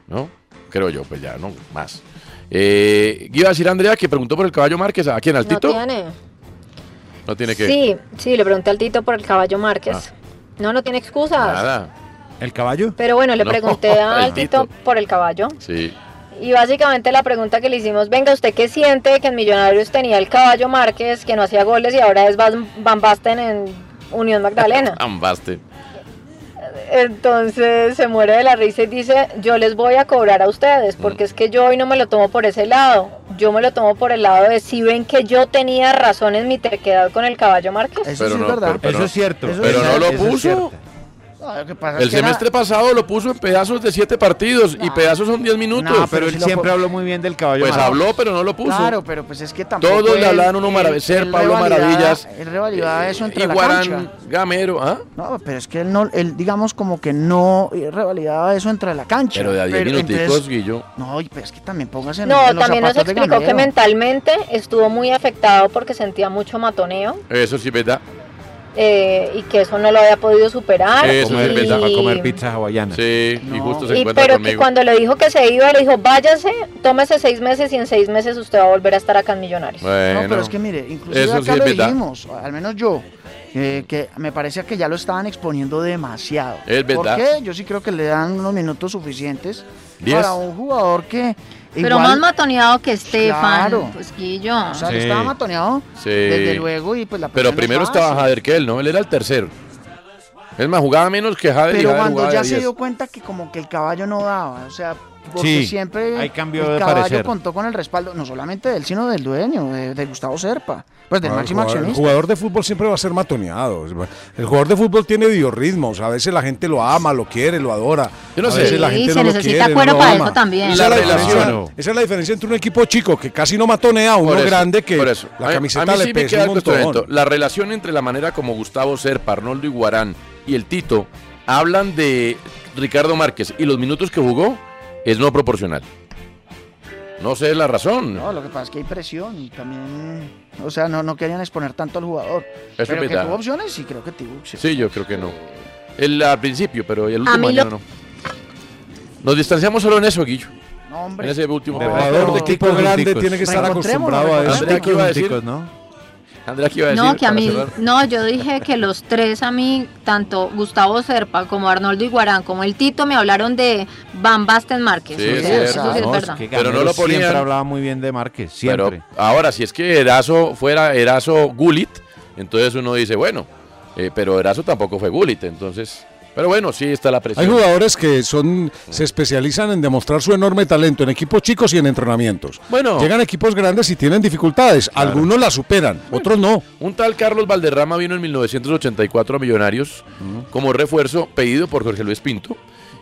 ¿No? Creo yo, pues ya, no más. Eh, iba a decir Andrea que preguntó por el caballo Márquez. ¿A quién? ¿Al
No
Tito?
tiene.
No tiene que.
Sí, sí, le pregunté al Tito por el caballo Márquez. No, no tiene excusas.
Ah. Nada.
¿El caballo?
Pero bueno, le
No,
pregunté
el
al Tito por el caballo.
Sí.
Y básicamente la pregunta que le hicimos, venga, ¿usted qué siente que en Millonarios tenía el caballo Márquez, que no hacía goles y ahora es Van Van Basten en Unión Magdalena?
Ambaste.
Entonces se muere de la risa y dice, yo les voy a cobrar a ustedes, porque es que yo hoy no me lo tomo por ese lado, yo me lo tomo por el lado de si ven que yo tenía razón en mi terquedad con el caballo Márquez.
Eso sí es verdad.
Eso es cierto.
Eso
Pero
es
no
verdad.
lo
Eso es
puso.
No, lo que pasa
El
es que era-
semestre pasado lo puso en pedazos de siete partidos y pedazos son 10 minutos.
No, pero Pero él si lo siempre po-
habló muy bien del caballo.
Pues
Maravilla.
habló, pero no lo puso.
Claro, pero pues es que tampoco.
Todos le
él-
hablaban uno
él-
maravillar,
él
Pablo
revalidaba-
Maravillas. eh,
Él revalidaba eso entre
y
la
Guarán
cancha.
Gamero, ¿ah?
No, pero es que él no, él digamos como que no eh, revalidaba eso entre la cancha.
Pero de a 10
entonces-
minuticos, Guillo.
No, y pues es que también póngase en,
No,
en los
también nos
zapatos de
explicó que
Gamero.
mentalmente estuvo muy afectado porque sentía mucho matoneo.
Eso sí, ¿verdad?
eh, y que eso no lo había podido
Ah,
superar.
a, comer,
y-
pizza- a comer pizza hawaiana.
Sí, y justo
y pero que cuando le dijo que se iba, le dijo, váyase, tómese seis meses y en seis meses usted va a volver a estar acá en Millonarios.
no, pero es que mire, inclusive
eso
acá
sí es
lo
verdad.
dijimos, al menos yo, eh, que me parecía que ya lo estaban exponiendo demasiado.
Es
¿Por
verdad.
qué? Yo sí creo que le dan unos minutos suficientes
Diez.
para un jugador que
Pero
igual-
más matoneado que Estefan.
Claro.
Pues que yo.
o sea,
Sí.
estaba matoneado
Sí.
desde luego y pues la
Pero
presión
primero
estaba
estaba Jader que él, ¿no? Él era el tercero. Es más, jugaba menos que Jader y
Pero
Jader
cuando
jugaba
ya
de
se
10.
dio cuenta que como que el caballo no daba, o sea, porque
Sí,
siempre
ahí cambió
el
de
caballo
parecer.
contó con el respaldo, no solamente del, sino del dueño, de, de Gustavo Serpa, pues del
No, Ah, el
máximo
jugador-
accionista.
El jugador de fútbol siempre va a ser matoneado. El jugador de fútbol tiene biorritmos. A veces la gente lo ama, lo quiere, lo adora.
Yo no
a
sé.
veces la
Sí,
gente
se
no lo
necesita
quiere, no
cuero
lo
para
ama.
eso también.
Esa es, la
La relación.
diferencia, esa es la diferencia entre un equipo chico que casi no matonea a uno
Por eso,
grande que
por eso.
la
A mí-
camiseta
a mí
le
sí me
pesa
queda
un
algo este
montón.
evento. La relación entre la manera como Gustavo Serpa, Arnoldo Iguarán y el Tito hablan de Ricardo Márquez y los minutos que jugó es no proporcional. No sé la razón.
No, lo que pasa es que hay presión y también, o sea, no, no querían exponer tanto al jugador.
es
pero que
verdad.
tuvo opciones, sí creo que tuvo opciones.
Sí, yo creo que no. El, al principio, pero el
A
último
mí lo-
año no. Nos distanciamos solo en eso, Guillo.
No, hombre.
En ese último
Pero- Jugador de equipo Ticos, grande ticos. tiene que estar
Reencontrémonos, acostumbrado a eso.
Andrea, ¿qué iba a decir?
Ticos, ¿no?
Andrea, ¿qué iba a decir?
No, que a
para
mí,
cerrar?
no, yo dije que los tres a mí, tanto Gustavo Serpa como Arnoldo Iguarán, como el Tito, me hablaron de Van Basten Márquez.
Sí,
O
es
sea,
cierto.
eso sí es
No, es
verdad.
Que
Pero no
Gamero
lo ponían.
Siempre hablaba muy bien de Márquez, siempre.
Pero ahora, si es que Erazo fuera Erazo Gulit, entonces uno dice, bueno, eh, pero Erazo tampoco fue Gulit, entonces. Pero bueno, sí está la presión.
Hay jugadores que son se especializan en demostrar su enorme talento en equipos chicos y en entrenamientos.
Bueno.
Llegan a equipos grandes y tienen dificultades. Algunos las superan, otros no.
Un tal Carlos Valderrama vino en 1984 a Millonarios como refuerzo pedido por Jorge Luis Pinto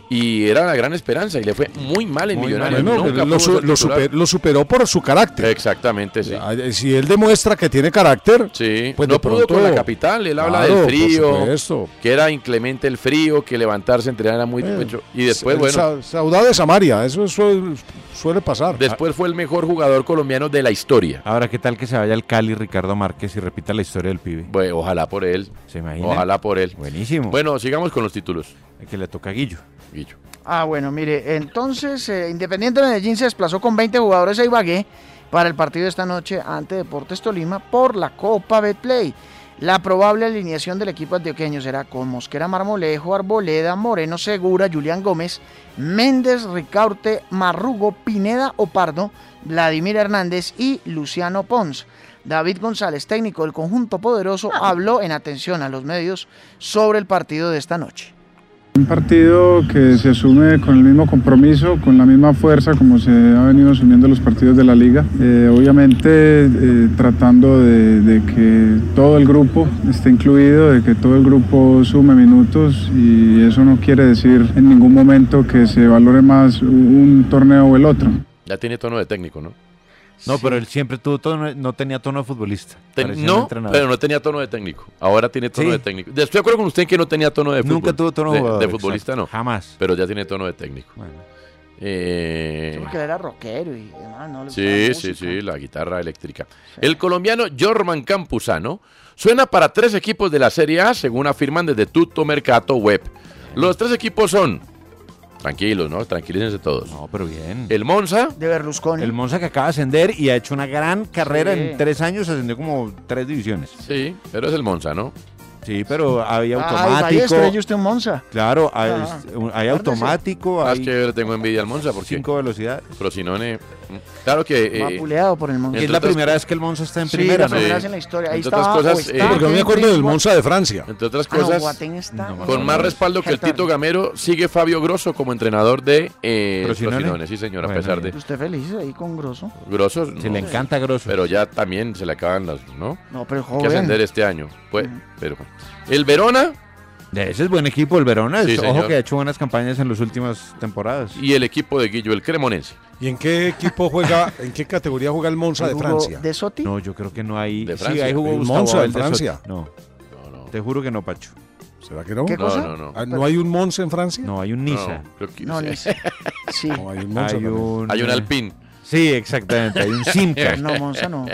y era la gran esperanza y le fue muy mal en Millonarios.
Bueno,
Nunca
lo,
pudo
su-
ser
lo
titular.
super- lo superó por su carácter.
Exactamente, sí.
Ah, eh, Si él demuestra que tiene carácter, pues
no
de
pudo con
pronto-
la capital, él habla
Claro,
del
por
frío,
supuesto.
que era inclemente el frío, que levantarse, entrenar era muy...
Eh,
y después,
El
bueno...
sa- Saudade de Samaria, eso suele, suele pasar.
Después fue el mejor jugador colombiano de la historia.
Ahora, ¿qué tal que se vaya al Cali Ricardo Márquez y repita la historia del pibe?
Bueno, Pues, ojalá por él.
¿Se imagina?
Ojalá por él.
Buenísimo.
Bueno, sigamos con los títulos.
Que le toca a Guillo.
Guillo.
Ah, bueno, mire, entonces eh, Independiente Medellín se desplazó con 20 jugadores a Ibagué para el partido de esta noche ante Deportes Tolima por la Copa Betplay. La probable alineación del equipo antioqueño será con Mosquera Marmolejo, Arboleda, Moreno Segura, Julián Gómez, Méndez, Ricaurte, Marrugo, Pineda Opardo, Vladimir Hernández y Luciano Pons. David González, técnico del conjunto poderoso, habló en atención a los medios sobre el partido de esta noche.
Un partido que se asume con el mismo compromiso, con la misma fuerza como se ha venido asumiendo los partidos de la liga. Eh, obviamente eh, tratando de, de que todo el grupo esté incluido, de que todo el grupo sume minutos y eso no quiere decir en ningún momento que se valore más un- un torneo o el otro.
Ya tiene tono de técnico, ¿no?
No, pero él siempre tuvo tono, no tenía tono de futbolista.
Ten-
parecía un
no,
entrenador.
pero no tenía tono de técnico. Ahora tiene tono
Sí.
de técnico. De- Estoy de acuerdo con usted en que no tenía tono de fútbol.
Nunca tuvo tono de
de,
jugador,
futbolista, no. Jamás. Pero ya tiene tono de técnico. Eh,
Porque él era rockero y demás, no le gustaba
Sí,
la
sí,
música.
sí, la guitarra eléctrica. El colombiano Jorman Campuzano suena para tres equipos de la Serie A, según afirman desde Tutto Mercato Web. Los tres equipos son. Tranquilos, ¿no? Tranquilícense todos. No,
pero bien.
El Monza.
De Berlusconi.
El Monza que acaba de ascender y ha hecho una gran carrera
Sí.
en tres años, ascendió como tres divisiones.
Sí, pero es el Monza, ¿no?
Sí, pero había
Ah,
automático.
ahí estrelló usted un Monza.
Claro, hay,
Ah.
hay automático,
Más
hay
Ah, que yo le tengo envidia al Monza porque. Cinco
velocidades.
Frosinone. mm, Claro que. eh,
Vapuleado por el Monza.
Es la primera vez que el Monza está en
Sí,
primera.
la primera
¿no?
vez en la historia. Ahí
Entre
estaba,
otras cosas,
o
eh,
está
porque no me acuerdo
Dennis
del
Boateng.
Monza de Francia.
Entre otras
Ah, no,
cosas,
Boateng está- No,
con más respaldo que el Tito Gamero, sigue Fabio Grosso como entrenador de eh,
Frosinone.
Frosinone, sí señor, a
Bueno,
pesar de
Usted feliz ahí con Grosso.
Grosso.
Se le encanta Grosso.
Pero ya también se le acaban las, ¿no?
No, pero
Que
joven. Mm.
ascender este año. Pues, pero bueno. El Verona
De ese es buen equipo el Verona.
Sí,
es-
señor.
ojo que ha hecho buenas campañas en las últimas temporadas.
y el equipo de Guillo, el Cremonense.
¿Y en qué equipo juega, en qué categoría juega el Monza de
Jugó
Francia?
¿De Soti?
No, yo creo que no hay.
De
Sí,
Francia.
ahí jugó
El
Gustavo
Monza de
Abel de
Francia.
Sot- No. Te juro que no, Pacho.
¿Será que no?
¿Qué
No,
cosa?
no, no. Ah, ¿no hay un Monza en Francia?
No, hay un Niza.
creo que-
No, ni Sí.
No, hay un Monza.
Hay
también.
un,
Hay un
eh,
Alpín.
Sí, exactamente. Hay un Simca.
No, Monza no.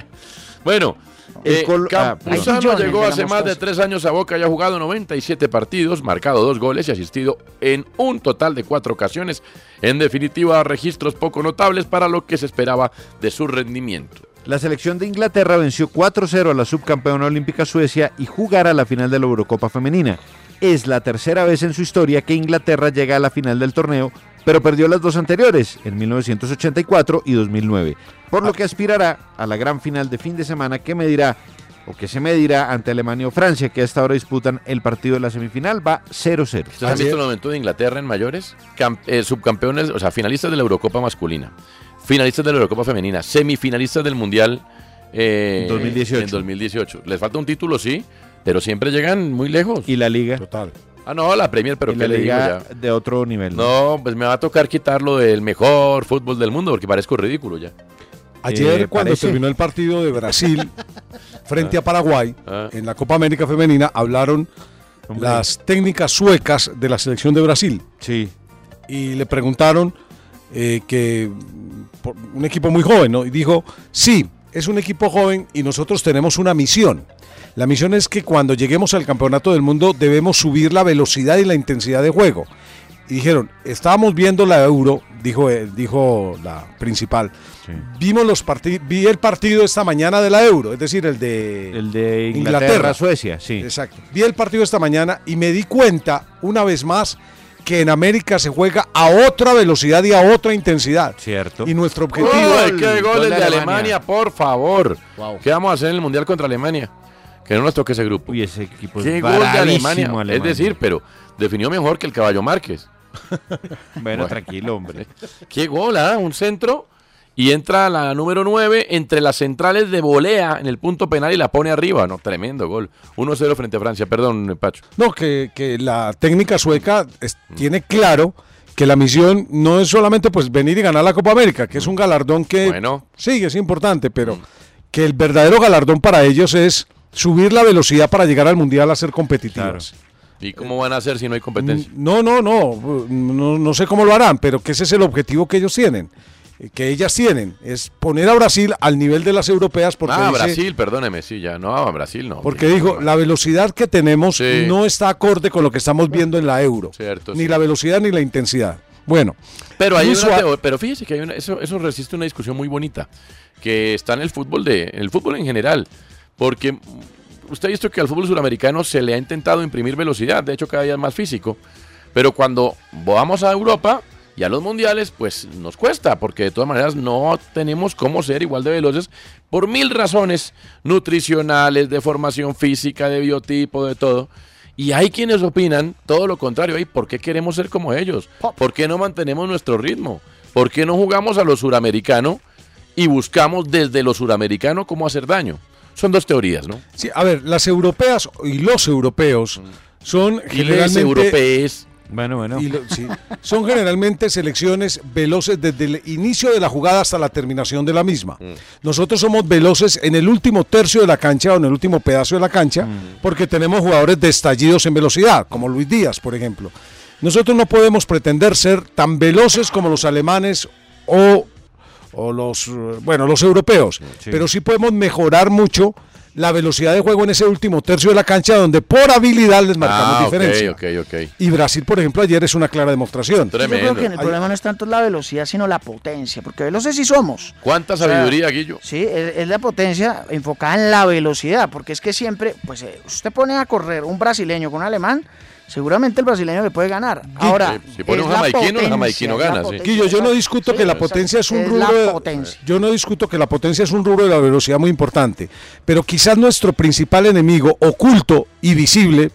Bueno,
El
eh,
Col- ah,
Campuzano
perdón.
llegó hace
Digamos
más de
cosas.
tres años a Boca y ha jugado 97 partidos, marcado dos goles y asistido en un total de cuatro ocasiones. En definitiva, registros poco notables para lo que se esperaba de su rendimiento.
La selección de Inglaterra venció 4-0 a la subcampeona olímpica Suecia y jugará la final de la Eurocopa femenina. Es la tercera vez en su historia que Inglaterra llega a la final del torneo, pero perdió las dos anteriores, en 1984 y 2009, por lo que aspirará a la gran final de fin de semana que medirá o que se medirá ante Alemania o Francia, que hasta ahora disputan el partido de la semifinal, va 0-0.
¿Ustedes han visto el momento de Inglaterra en mayores? Cam- eh, subcampeones, o sea, finalistas de la Eurocopa masculina, finalistas de la Eurocopa femenina, semifinalistas del Mundial eh,
2018.
en 2018. Les falta un título, sí, pero siempre llegan muy lejos. ¿Y
la Liga?
Total. Ah, no, la Premier, pero
Y
¿qué
la
le digo
liga
ya?
de otro nivel.
No, pues me va a tocar quitarlo del mejor fútbol del mundo porque parezco ridículo ya.
Ayer,
Eh,
cuando
parece.
terminó el partido de Brasil frente a Paraguay,
Ah.
en la Copa América Femenina, hablaron las técnicas suecas de la selección de Brasil.
Sí.
Y le preguntaron eh, que por- un equipo muy joven, ¿no? Y dijo, sí, es un equipo joven y nosotros tenemos una misión. La misión es que cuando lleguemos al Campeonato del Mundo debemos subir la velocidad y la intensidad de juego. Y dijeron, estábamos viendo la Euro, dijo, eh, dijo la principal. Vimos los parti- vi el partido esta mañana de la Euro, es decir, el de,
el de
Inglaterra.
Suecia, sí.
Exacto. Vi el partido esta mañana y me di cuenta, una vez más, que en América se juega a otra velocidad y a otra intensidad.
Cierto.
Y nuestro objetivo.
¡Uy, qué goles
Gol
de, Alemania. por favor! ¿Qué vamos a hacer en el Mundial contra Alemania? Que no nos toque ese grupo.
Uy, ese equipo
¡Qué
es
gol de
bravísimo,
Alemania! Es
Alemania.
decir, pero definió mejor que el caballo Márquez.
Bueno, tranquilo, hombre.
¡Qué gol, ah! Un centro y entra la número 9 entre las centrales de volea en el punto penal y la pone arriba. No, tremendo gol. 1-0 frente a Francia. Perdón, Pacho.
No, que, que la técnica sueca es- tiene claro que la misión no es solamente pues venir y ganar la Copa América, que es un galardón que sí, es importante, pero
Mm.
que el verdadero galardón para ellos es subir la velocidad para llegar al Mundial a ser competitivas.
¿Y cómo van a hacer si no hay competencia?
No, no, no, no, no sé cómo lo harán, pero que ese es el objetivo que ellos tienen, eh, que ellas tienen, es poner a Brasil al nivel de las europeas porque
ah,
dice-
Brasil, perdóneme, sí, ya. No, a Brasil no.
porque dijo, la velocidad que tenemos
Sí.
no está acorde con lo que estamos viendo en la Euro.
Cierto,
ni
sí.
la velocidad ni la intensidad. Bueno,
Pero, hay
Luis
una
Suárez-
teo- pero fíjese que hay una- eso, eso resiste una discusión muy bonita, que está en el fútbol, de, en el fútbol en general, porque usted ha visto que al fútbol suramericano se le ha intentado imprimir velocidad, de hecho cada día es más físico, pero cuando vamos a Europa y a los mundiales, pues nos cuesta, porque de todas maneras no tenemos cómo ser igual de veloces por mil razones nutricionales, de formación física, de biotipo, de todo. Y hay quienes opinan todo lo contrario. ¿Y por qué queremos ser como ellos? ¿Por qué no mantenemos nuestro ritmo? ¿Por qué no jugamos a lo suramericano y buscamos desde lo suramericano cómo hacer daño? Son dos teorías, ¿no?
sí, a ver, las europeas y los europeos son
Mm. Y
generalmente...
europeos.
Bueno, bueno.
y lo- sí, son generalmente selecciones veloces desde el inicio de la jugada hasta la terminación de la misma.
Mm.
Nosotros somos veloces en el último tercio de la cancha o en el último pedazo de la cancha
Mm.
porque tenemos jugadores destallidos en velocidad, como Luis Díaz, por ejemplo. Nosotros no podemos pretender ser tan veloces como los alemanes o, o los, eh, bueno, los
Mm,
europeos, pero sí podemos mejorar mucho la velocidad de juego en ese último tercio de la cancha donde por habilidad les marcamos
Ah,
diferencia.
ok, ok, ok.
Y Brasil, por ejemplo, ayer es una clara demostración.
Yo creo que el
Ay,
problema no es tanto la velocidad, sino la potencia, porque veloces sí somos.
¿Cuánta
O sea,
sabiduría, Guillo?
Sí, es, es la potencia enfocada en la velocidad, porque es que siempre, pues eh, usted pone a correr un brasileño con un alemán, seguramente el brasileño le puede ganar. Ahora,
Si- si pone
es
un
la
jamaiquino, el
potencia,
jamaiquino
es la
gana, sí.
potencia.
Guillo, yo no discuto que la potencia es un
es la
rubro. de-
potencia.
yo no discuto que la potencia es un rubro de la velocidad muy importante, pero quizás nuestro principal enemigo oculto y visible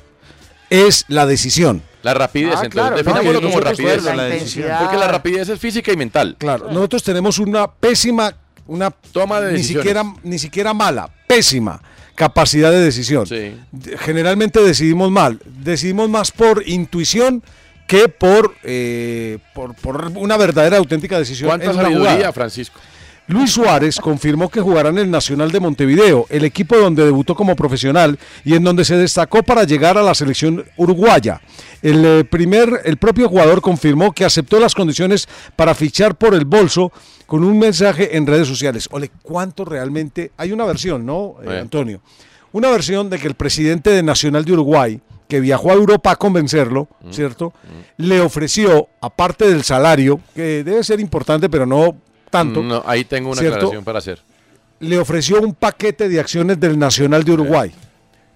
es la decisión.
La rapidez,
Ah,
entonces
claro, no,
definámoslo
yo
como
estoy de
rapidez.
acuerdo, la intensidad.
Porque la rapidez es física y mental.
Claro, nosotros tenemos una pésima, una
toma de
ni
decisiones.
siquiera ni siquiera mala, pésima capacidad de decisión. De- Generalmente decidimos mal, decidimos más por intuición que por, eh, por, por una verdadera auténtica decisión.
¿Cuánta
en una
sabiduría,
jugada.
Francisco?
Luis Suárez confirmó que jugará en el Nacional de Montevideo, el equipo donde debutó como profesional y en donde se destacó para llegar a la selección uruguaya. El, eh, primer, el propio jugador confirmó que aceptó las condiciones para fichar por el bolso con un mensaje en redes sociales. Ole, ¿cuánto realmente? Hay una versión, ¿no, eh,
Eh.
Antonio? Una versión de que el presidente de Nacional de Uruguay, que viajó a Europa a convencerlo,
Mm.
¿cierto? Le ofreció, aparte del salario, que debe ser importante, pero no tanto,
No, ahí tengo una
¿cierto?
aclaración para hacer.
le ofreció un paquete de acciones del Nacional de Uruguay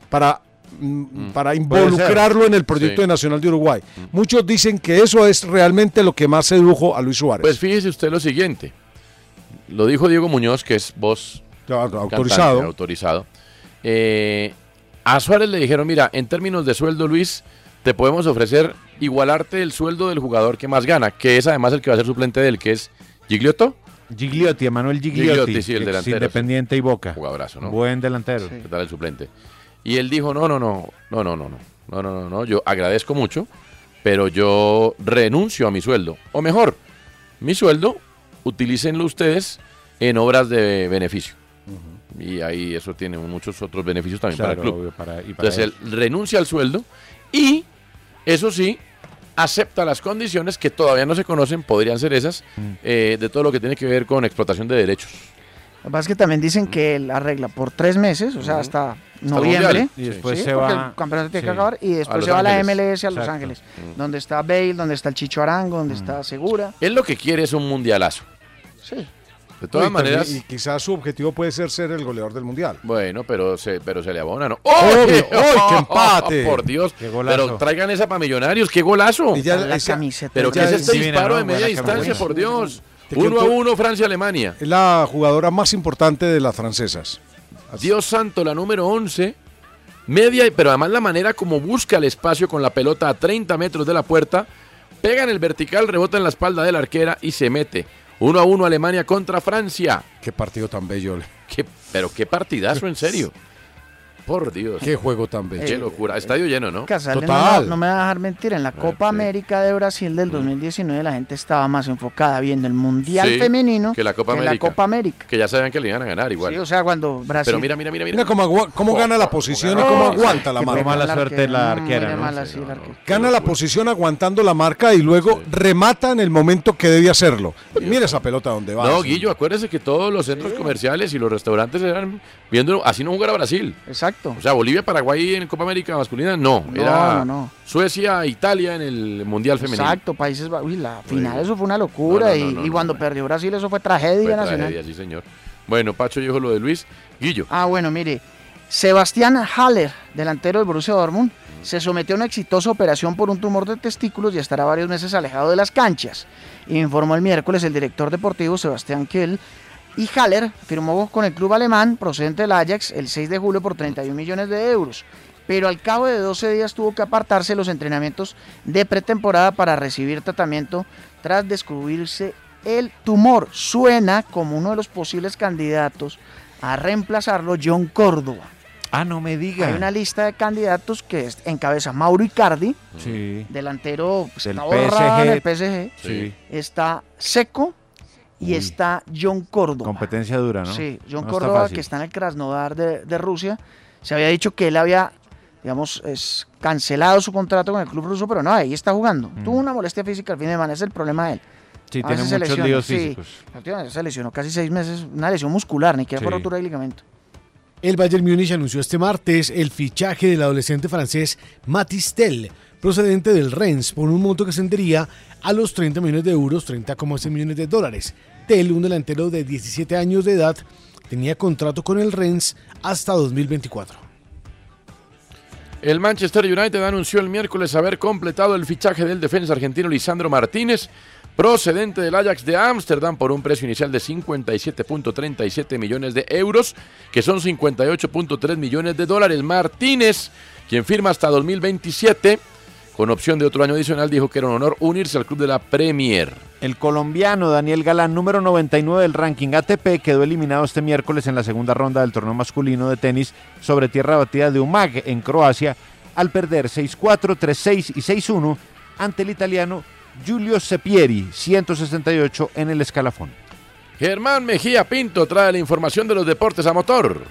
para, mm, para involucrarlo en el proyecto
Sí. Mm.
de Nacional de Uruguay. Muchos dicen que eso es realmente lo que más sedujo a Luis Suárez.
Pues fíjese usted lo siguiente. Lo dijo Diego Muñoz, que es voz cantante,
autorizado.
autorizado. Eh, a Suárez le dijeron, mira, en términos de sueldo, Luis, te podemos ofrecer igualarte el sueldo del jugador que más gana, que es además el que va a ser suplente del que es Gigliotto.
Gigliotti, Emanuel Gigliotti,
sí, el
ex
delantero.
Independiente y Boca.
Jugadorazo, ¿no?
Buen delantero.
¿Qué tal el suplente? Y él dijo, no, no, no, no, no, no, no, no, no, no, no, yo agradezco mucho, pero yo renuncio a mi sueldo. O mejor, mi sueldo, utilícenlo ustedes en obras de beneficio. Y ahí eso tiene muchos otros beneficios también para el
Claro,
club.
obvio, para- y para
Entonces él renuncia al sueldo y, eso sí, acepta las condiciones que todavía no se conocen, podrían ser esas,
Mm.
eh, de todo lo que tiene que ver con explotación de derechos.
Lo que pasa es que también dicen que él arregla por tres meses, o sea, hasta
el
noviembre.
Mundial. Y después
se
porque
va-
El campeonato tiene que
sí,
acabar y
a
después
Los
se va a la
Ángeles.
MLS a Los
Exacto.
Ángeles, donde está Bale, donde está el Chicho Arango, donde está Segura.
Él lo que quiere es un mundialazo.
Sí.
De todas
Y también-
maneras,
Y quizás su objetivo puede ser ser el goleador del Mundial.
bueno, pero se, pero se le abona, ¿no?
Obvio,
¡Oye! ¡Oh,
¡oy, qué empate!
Por Dios,
Qué golazo.
pero traigan esa para Millonarios, qué golazo.
Y ya La esa- camiseta
pero que
ya
es
es
este
divina,
disparo
¿no?
de media
Buena
distancia,
camiseta.
por Dios.
Te
Uno a
cuento-
uno, Francia-Alemania.
Es la jugadora más importante de las francesas.
Dios santo, la número 11. Media, pero además la manera como busca el espacio con la pelota a 30 metros de la puerta. Pega en el vertical, rebota en la espalda de la arquera y se mete. Uno a uno Alemania contra Francia.
Qué partido tan bello. ole.
Qué- pero qué partidazo, en serio. Por Dios.
Qué juego tan bello. Eh,
Qué locura. Estadio lleno, ¿no?
Casale, no- No, me va a dejar mentir, en la Copa América de Brasil del 2019 la gente estaba más enfocada viendo el Mundial
Sí,
femenino
que la Copa
que
América.
Copa América.
Que ya sabían que le iban a ganar igual.
Sí, o sea, cuando Brasil...
Pero mira, mira, mira, mira.
Mira cómo, agua- cómo gana la posición y cómo aguanta la
Qué
marca.
pena el arquero. Mm, mira mala, sí, el arquero.
Gana la
pues,
posición aguantando la marca y luego remata en el momento que debe hacerlo. Mira esa pelota donde va.
No, Guillo, acuérdese que todos los centros comerciales y los restaurantes eran viendo así no jugar a Brasil.
Exacto.
O sea, Bolivia, Paraguay en Copa América masculina, no.
No,
era
no, no.
Suecia, Italia en el Mundial Femenino.
Exacto, Países Bajos. Uy, la final,
Oiga.
eso fue una locura.
No, no,
y-
no, no,
y
no,
cuando perdió Brasil, eso fue tragedia
Fue
nacional.
tragedia, sí, señor. Bueno, Pacho dijo lo de Luis. Guillo.
Ah, bueno, mire. Sebastián Haller, delantero del Borussia Dortmund, se sometió a una exitosa operación por un tumor de testículos y estará varios meses alejado de las canchas. Informó el miércoles el director deportivo Sebastián Kiel. Y Haller firmó con el club alemán procedente del Ajax el 6 de julio por 31 millones de euros. Pero al cabo de 12 días tuvo que apartarse de los entrenamientos de pretemporada para recibir tratamiento tras descubrirse el tumor. Suena como uno de los posibles candidatos a reemplazarlo John Córdoba.
Ah, no me diga.
Hay una lista de candidatos que es- encabeza Mauro Icardi,
Mm.
Sí.
delantero pues,
Del
está borrado en el
PSG.
PSG.
Sí.
Está Seco y está John Córdoba.
Competencia dura, ¿no?
Sí, John
No está
Córdoba,
fácil.
que está en el Krasnodar de, de Rusia. Se había dicho que él había, digamos, es cancelado su contrato con el club ruso, pero no, ahí está jugando. Tuvo una molestia física al fin de semana, es el problema de él.
Mm. Sí,
A
tiene
veces se
muchos
lesiona,
líos
sí.
físicos.
La última vez se lesionó casi seis meses, una lesión muscular, ni que fue
Sí.
rotura de ligamento.
El Bayern Múnich anunció este martes el fichaje del adolescente francés Matistel, procedente del Rennes, por un monto que ascendería a los 30 millones de euros, 30,6 millones de dólares. Tel, un delantero de 17 años de edad, tenía contrato con el Rennes hasta 2024.
El Manchester United anunció el miércoles haber completado el fichaje del defensa argentino Lisandro Martínez, procedente del Ajax de Ámsterdam por un precio inicial de 57.37 millones de euros, que son 58.3 millones de dólares. Martínez, quien firma hasta 2027, con opción de otro año adicional, dijo que era un honor unirse al club de la Premier.
El colombiano Daniel Galán, número 99 del ranking ATP, quedó eliminado este miércoles en la segunda ronda del torneo masculino de tenis sobre tierra batida de Umag en Croacia al perder 6-4, 3-6 y 6-1 ante el italiano Giulio Sepieri, 168 en el escalafón.
Germán Mejía Pinto trae la información de los deportes a motor.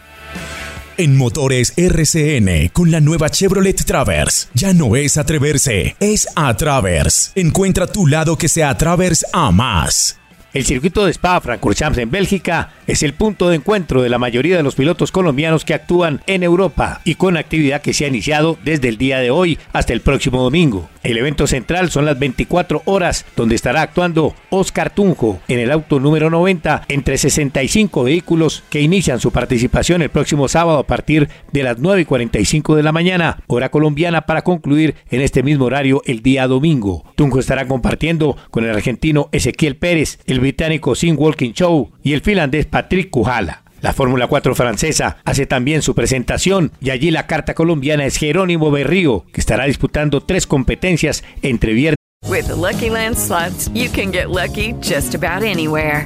En Motores RCN, con la nueva Chevrolet Traverse, ya no es atreverse, es a Traverse. Encuentra tu lado que sea Traverse a más.
El circuito de Spa-Francorchamps en Bélgica es el punto de encuentro de la mayoría de los pilotos colombianos que actúan en Europa y con actividad que se ha iniciado desde el día de hoy hasta el próximo domingo. El evento central son las 24 horas donde estará actuando Oscar Tunjo en el auto número 90 entre 65 vehículos que inician su participación el próximo sábado a partir de las 9 y 45 de la mañana, hora colombiana para concluir en este mismo horario el día domingo. Tunjo estará compartiendo con el argentino Ezequiel Pérez, el británico Sim Walking Show y el finlandés Patrick Kujala. La Fórmula 4 francesa hace también su presentación y allí la carta colombiana es Jerónimo Berrío, que estará disputando tres competencias entre viernes.
With the Lucky Land slots, you can get lucky just about anywhere.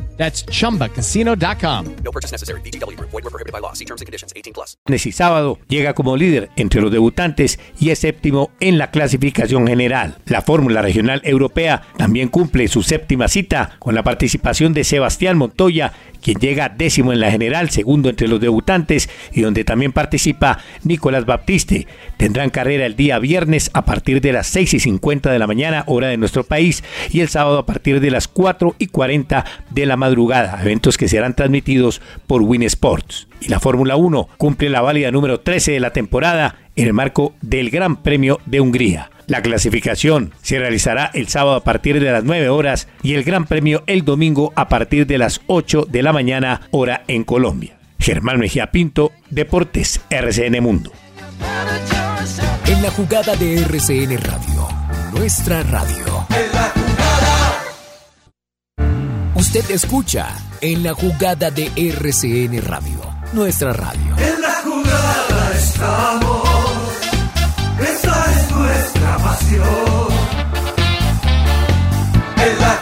That's chumbacasino.com.
No purchase necessary. BGW. Void were prohibited by law. See terms and conditions. 18 plus.
Viernes y sábado llega como líder entre los debutantes y es séptimo en la clasificación general. La Fórmula Regional Europea también cumple su séptima cita con la participación de Sebastián Montoya, quien llega décimo en la general, segundo entre los debutantes y donde también participa Nicolás Baptiste. Tendrán carrera el día viernes a partir de las 6 y 50 de la mañana, hora de nuestro país, y el sábado a partir de las 4 y 40 de la madrugada, eventos que serán transmitidos por Win Sports. Y la Fórmula 1 cumple la válida número 13 de la temporada en el marco del Gran Premio de Hungría. La clasificación se realizará el sábado a partir de las 9 horas y el Gran Premio el domingo a partir de las 8 de la mañana hora en Colombia. Germán Mejía Pinto, Deportes RCN Mundo.
En la jugada de RCN Radio, nuestra radio. Usted escucha en la jugada de RCN Radio, nuestra radio.
En la jugada estamos. Esa es nuestra pasión. En la jugada.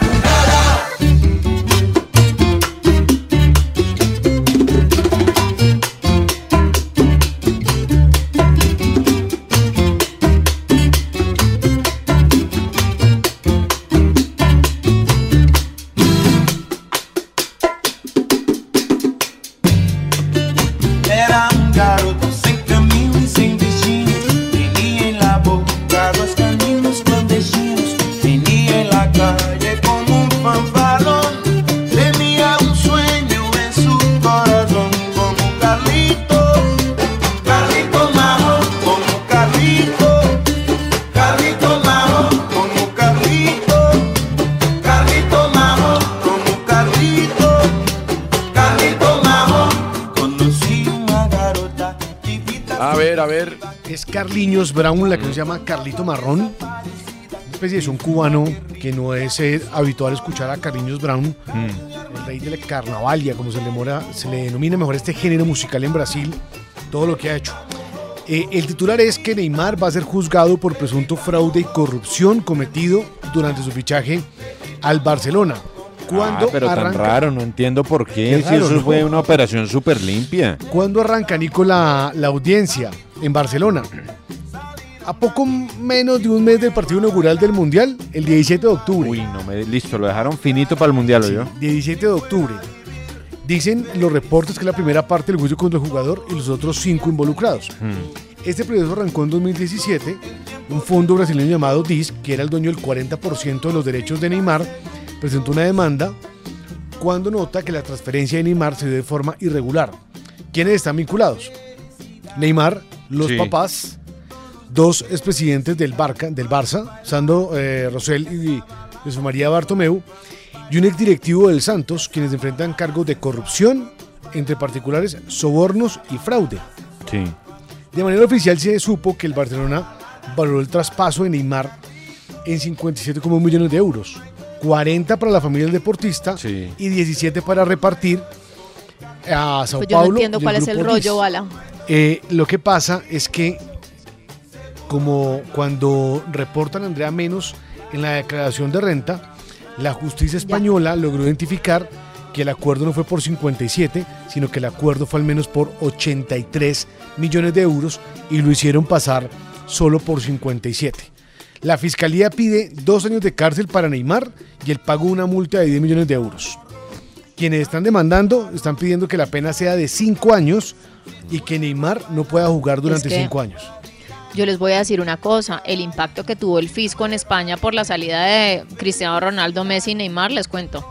Era un garoto sem caminho e sem destino. Venía en la boca dos caminos clandestinos. Venía en la calle como un fanfarrón. Tenía un sueño en su corazón. Como Carlito, Carlito Marrón. Como Carlito, Carlito Marrón. Como Carlito, Carlito Marrón. Como Carlito, Carlito Marrón. Conocí una garota.
A ver, a ver. Es Carliños Brown, la que se llama Carlito Marrón. Una especie de son cubano que no es eh, habitual escuchar a Carliños Brown. El rey de la carnavalia, como se le, mora- se le denomina mejor este género musical en Brasil. Todo lo que ha hecho. Eh, el titular es que Neymar va a ser juzgado por presunto fraude y corrupción cometido durante su fichaje al Barcelona. Cuando
Ah, pero tan
arranca?
raro, no entiendo por qué.
Qué
si
raro,
eso
¿no?
fue una operación súper limpia.
¿Cuándo arranca, Nico, la, la audiencia en Barcelona? A poco menos de un mes del partido inaugural del Mundial, el 17 de octubre.
Uy, no me. Listo, lo dejaron finito para el mundial, yo.
17 de octubre. Dicen los reportes que la primera parte del juicio contra el jugador y los otros cinco involucrados. Este proceso arrancó en 2017. Un fondo brasileño llamado DIS, que era el dueño del 40% de los derechos de Neymar, presentó una demanda cuando nota que la transferencia de Neymar se dio de forma irregular. ¿Quiénes están vinculados? Neymar, los
Sí.
papás, dos expresidentes del, Barca, del Barça, Sandro eh, Rosell y José María Bartomeu, y un exdirectivo del Santos, quienes enfrentan cargos de corrupción entre particulares, sobornos y fraude.
Sí.
De manera oficial se supo que el Barcelona valoró el traspaso de Neymar en 57,1 millones de euros, 40 para la familia del deportista y 17 para repartir a Sao
Pues yo no
Paulo.
entiendo
y
cuál es el
grupo
rollo,
Luis.
Bala.
Eh, lo que pasa es que como cuando reportan a Andrea Menos en la declaración de renta, la justicia española logró identificar que el acuerdo no fue por 57, sino que el acuerdo fue al menos por 83 millones de euros y lo hicieron pasar solo por 57. La fiscalía pide dos años de cárcel para Neymar y el pago de una multa de 10 millones de euros. Quienes están demandando están pidiendo que la pena sea de 5 años y que Neymar no pueda jugar durante
que-
5 años.
Yo les voy a decir una cosa, el impacto que tuvo el fisco en España por la salida de Cristiano Ronaldo, Messi y Neymar, les cuento.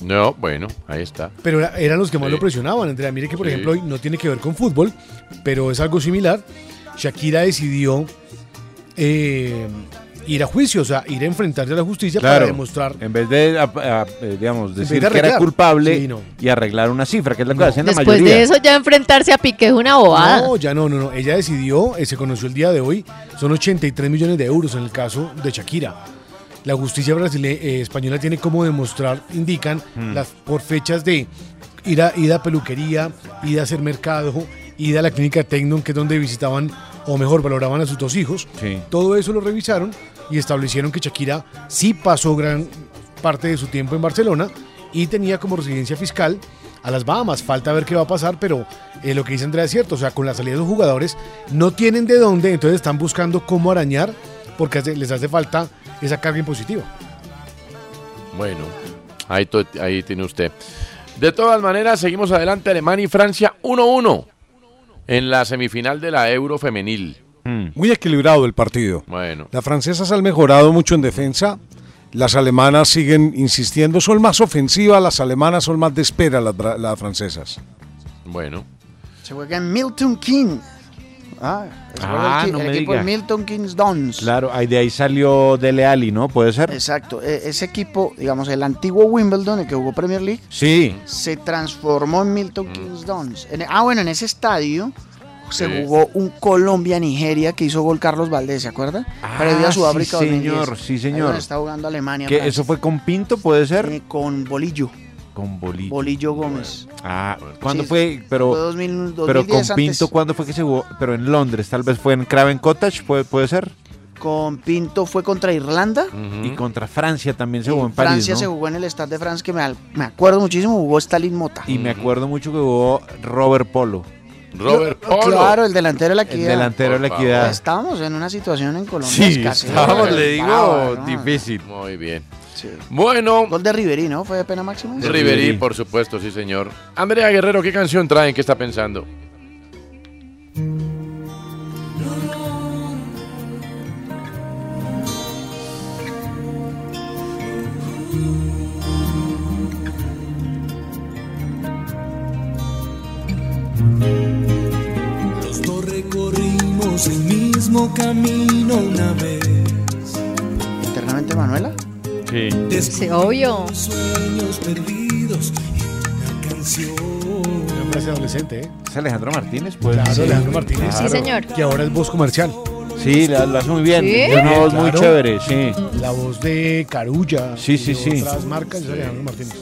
No, bueno, ahí está.
Pero era- eran los que más
Sí.
lo presionaban, Andrea. Mire que, por
Sí.
ejemplo, hoy no tiene que ver con fútbol, pero es algo similar. Shakira decidió eh, ir a juicio, o sea, ir a enfrentarse a la justicia para demostrar.
En vez de, a- a- eh, digamos,
vez
decir
de
que era
arreglar.
culpable
Sí, no.
y arreglar una cifra, que es lo que hacen la
Después
mayoría.
de eso ya enfrentarse a Piqué es una bobada.
No, ya no, no, no. Ella decidió, eh, se conoció el día de hoy, son 83 millones de euros en el caso de Shakira. La justicia brasile- eh, española tiene como demostrar, indican,
Hmm.
Mm.
las por fechas de ir a, ir a peluquería, ir a hacer mercado, ir a la clínica Tecnon, que es donde visitaban, o mejor, valoraban a sus dos hijos.
Sí.
Todo eso lo revisaron y establecieron que Shakira sí pasó gran parte de su tiempo en Barcelona y tenía como residencia fiscal a las Bahamas. Falta ver qué va a pasar, pero eh, lo que dice Andrea es cierto. O sea, con la salida de los jugadores no tienen de dónde, entonces están buscando cómo arañar porque hace- les hace falta esa carga impositiva.
Bueno, ahí, to- ahí tiene usted. De todas maneras, seguimos adelante. Alemania y Francia 1-1 en la semifinal de la Euro Femenil.
Muy equilibrado el partido.
Bueno.
Las francesas han mejorado mucho en defensa. Las alemanas siguen insistiendo. Son más ofensivas las alemanas, son más de espera las, bra- las francesas.
Bueno.
Se juega en Milton King. Ah, se juega
Ah,
el, qui-
no
el
me
equipo
diga.
Milton Kings Dons.
Claro, ahí de ahí salió Dele Alli, ¿no? ¿Puede ser?
Exacto. E- Ese equipo, digamos, el antiguo Wimbledon, el que jugó Premier League,
Sí.
se transformó en Milton
Mm.
Kings Dons. En- ah, bueno, en ese estadio se
Sí.
jugó un Colombia-Nigeria que hizo gol Carlos Valdés, ¿se acuerda? Previo a
Ah, sí,
Sudáfrica
señor,
2010.
sí,
Ahí
señor.
donde está jugando Alemania.
¿Que
Francia.
¿Eso fue con Pinto, puede ser?
Eh, con Bolillo.
Con Bolillo.
Bolillo Gómez.
Ah, ¿cuándo
Sí,
fue? Pero,
fue 2000,
pero con
2010 antes.
Pinto, ¿cuándo fue que se jugó? Pero en Londres, tal vez fue en Craven Cottage, ¿puede, puede ser?
Con Pinto fue contra Irlanda.
Y contra Francia también se jugó en París,
Francia
¿no?
se jugó en el Stade de France, que me, al- me acuerdo muchísimo, jugó Stalin Mota.
Y me acuerdo mucho que jugó Robert Polo.
Robert
Claro, el delantero de la equidad.
delantero de la Por favor. Equidad.
Estábamos en una situación en Colombia. escasera,
estábamos,
pero
le digo,
brava, ¿no?
difícil.
Muy bien. Bueno.
Gol de Riverí, ¿no? Fue de pena máxima.
Riverí, por supuesto, sí, señor. Andrea Guerrero, ¿qué canción traen? ¿Qué está pensando?
Los dos recorrimos el mismo camino una vez.
¿Eternamente Manuela?
Sí.
Sí,
obvio.
Sueños perdidos y una canción.
Una frase adolescente, ¿eh?
¿Es Alejandro Martínez? pues. Puede
Claro,
ser.
Alejandro Martínez.
Sí, señor.
Que ahora es voz comercial.
Sí, la- lo hace muy bien.
Sí.
Es una voz muy
Claro.
chévere, sí.
La voz de Carulla.
Sí,
y
sí,
de
sí.
Otras marcas, es Alejandro Martínez.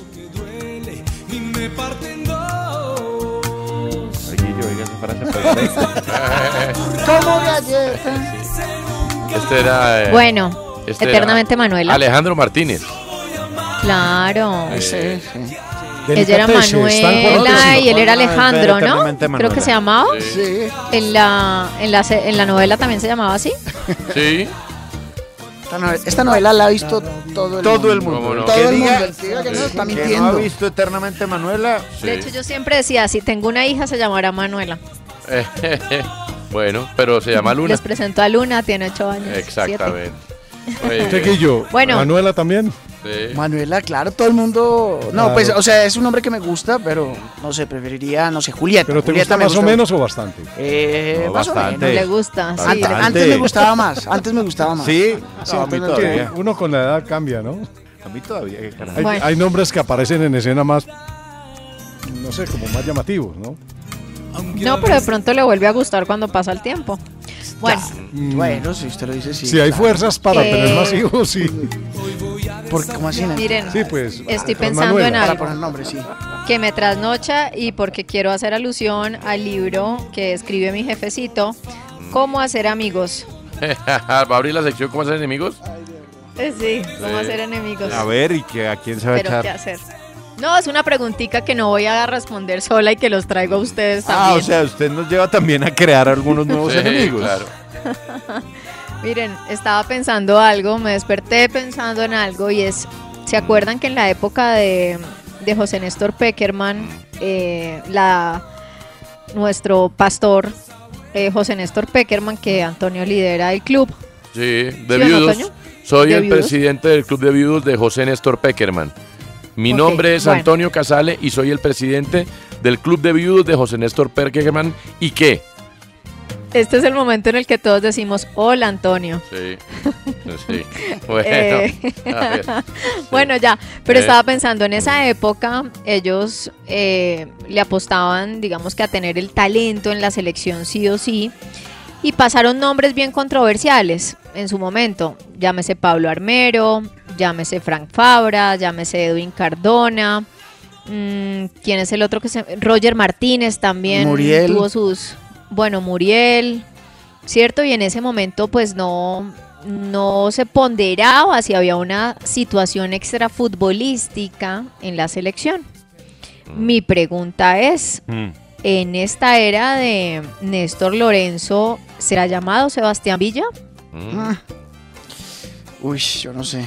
Guillo, oiga esa frase perfecta.
Como galleta.
Este era. eh,
Bueno,
era
eternamente Manuela.
Alejandro Martínez.
Claro.
Ah,
Eh,
Ella era
Delicatessen, están jugando
Manuela
que sí.
y él era Alejandro, ¿no?
Eternamente
Creo que
Manuela.
se llamaba.
Sí.
En la, en la, se- en la novela también se llamaba así.
Sí.
Esta novela, esta novela la ha visto todo el mundo.
Todo el mundo.
Todo
Que
el
diga-
mundo. El que diga que no está
que no
mintiendo.
ha visto eternamente Manuela.
De hecho, yo siempre decía, si tengo una hija, se llamará Manuela.
bueno, pero se llama Luna.
Les presento a Luna, tiene ocho años. siete.
Exactamente.
¿Usted, Guillo,
Bueno.
¿Manuela también?
Sí.
Manuela, claro, todo el mundo. No,
Claro.
pues, o sea, es un hombre que me gusta, pero no sé, preferiría, no sé, Julieta.
¿Pero te
Julieta
gusta
me
más o
mucho.
menos o bastante?
Eh,
No,
más o
bastante.
menos.
Le
gusta,
sí.
Antes,
Bastante.
antes me gustaba más, antes me gustaba más.
Sí,
Sí, antes me
Que
gustaba más.
uno con la edad cambia, ¿no?
A mí todavía, qué carajo.
Hay,
Bueno.
hay nombres que aparecen en escena más, no sé, como más llamativos, ¿no?
No, pero de pronto le vuelve a gustar cuando pasa el tiempo. Bueno,
Bueno, si usted lo dice, sí.
Mm. si hay fuerzas para
Eh.
tener más hijos, sí.
¿Por qué? ¿Cómo así? Nat?
Miren,
Sí, pues,
estoy
con
pensando
Manuela.
en
Para
algo.
poner nombre, sí.
que me trasnocha y porque quiero hacer alusión al libro que escribe mi jefecito, Cómo hacer amigos.
¿Va a abrir la sección cómo hacer enemigos?
Eh, Sí, cómo
Sí.
hacer enemigos.
A ver, ¿y que, a quién se va a
Pero
echar?
qué hacer. No, es una preguntica que no voy a responder sola y que los traigo a ustedes
Ah, o
también.
sea, usted nos lleva también a crear algunos nuevos
Sí,
enemigos.
claro.
Miren, estaba pensando algo, me desperté pensando en algo y es, ¿se acuerdan que en la época de, de José Néstor Peckerman, eh, la, nuestro pastor eh, José Néstor Peckerman, que Antonio lidera el club,
Sí, de
o no,
viudos.
Toño?
Soy
¿De
el
viudos?
presidente del Club de Viudos de José Néstor Peckerman. Mi
Ok,
nombre es
bueno.
Antonio Casale y soy el presidente del Club de Viudos de José Néstor Peckerman. ¿Y qué?
este es el momento en el que todos decimos, hola Antonio.
Sí. sí. Bueno.
Eh,
a ver.
bueno, ya, pero
Eh.
estaba pensando en esa época, ellos eh, le apostaban, digamos que a tener el talento en la selección sí o sí, y pasaron nombres bien controversiales en su momento, llámese Pablo Armero, llámese Frank Fabra, llámese Edwin Cardona, mm, ¿quién es el otro que se... Roger Martínez también
Muriel.
tuvo sus... Bueno, Muriel, ¿cierto? Y en ese momento pues no, no se ponderaba si había una situación extrafutbolística en la selección. Mi pregunta es, en esta era de Néstor Lorenzo, ¿será llamado Sebastián Villa?
Ah. Uy, yo no sé.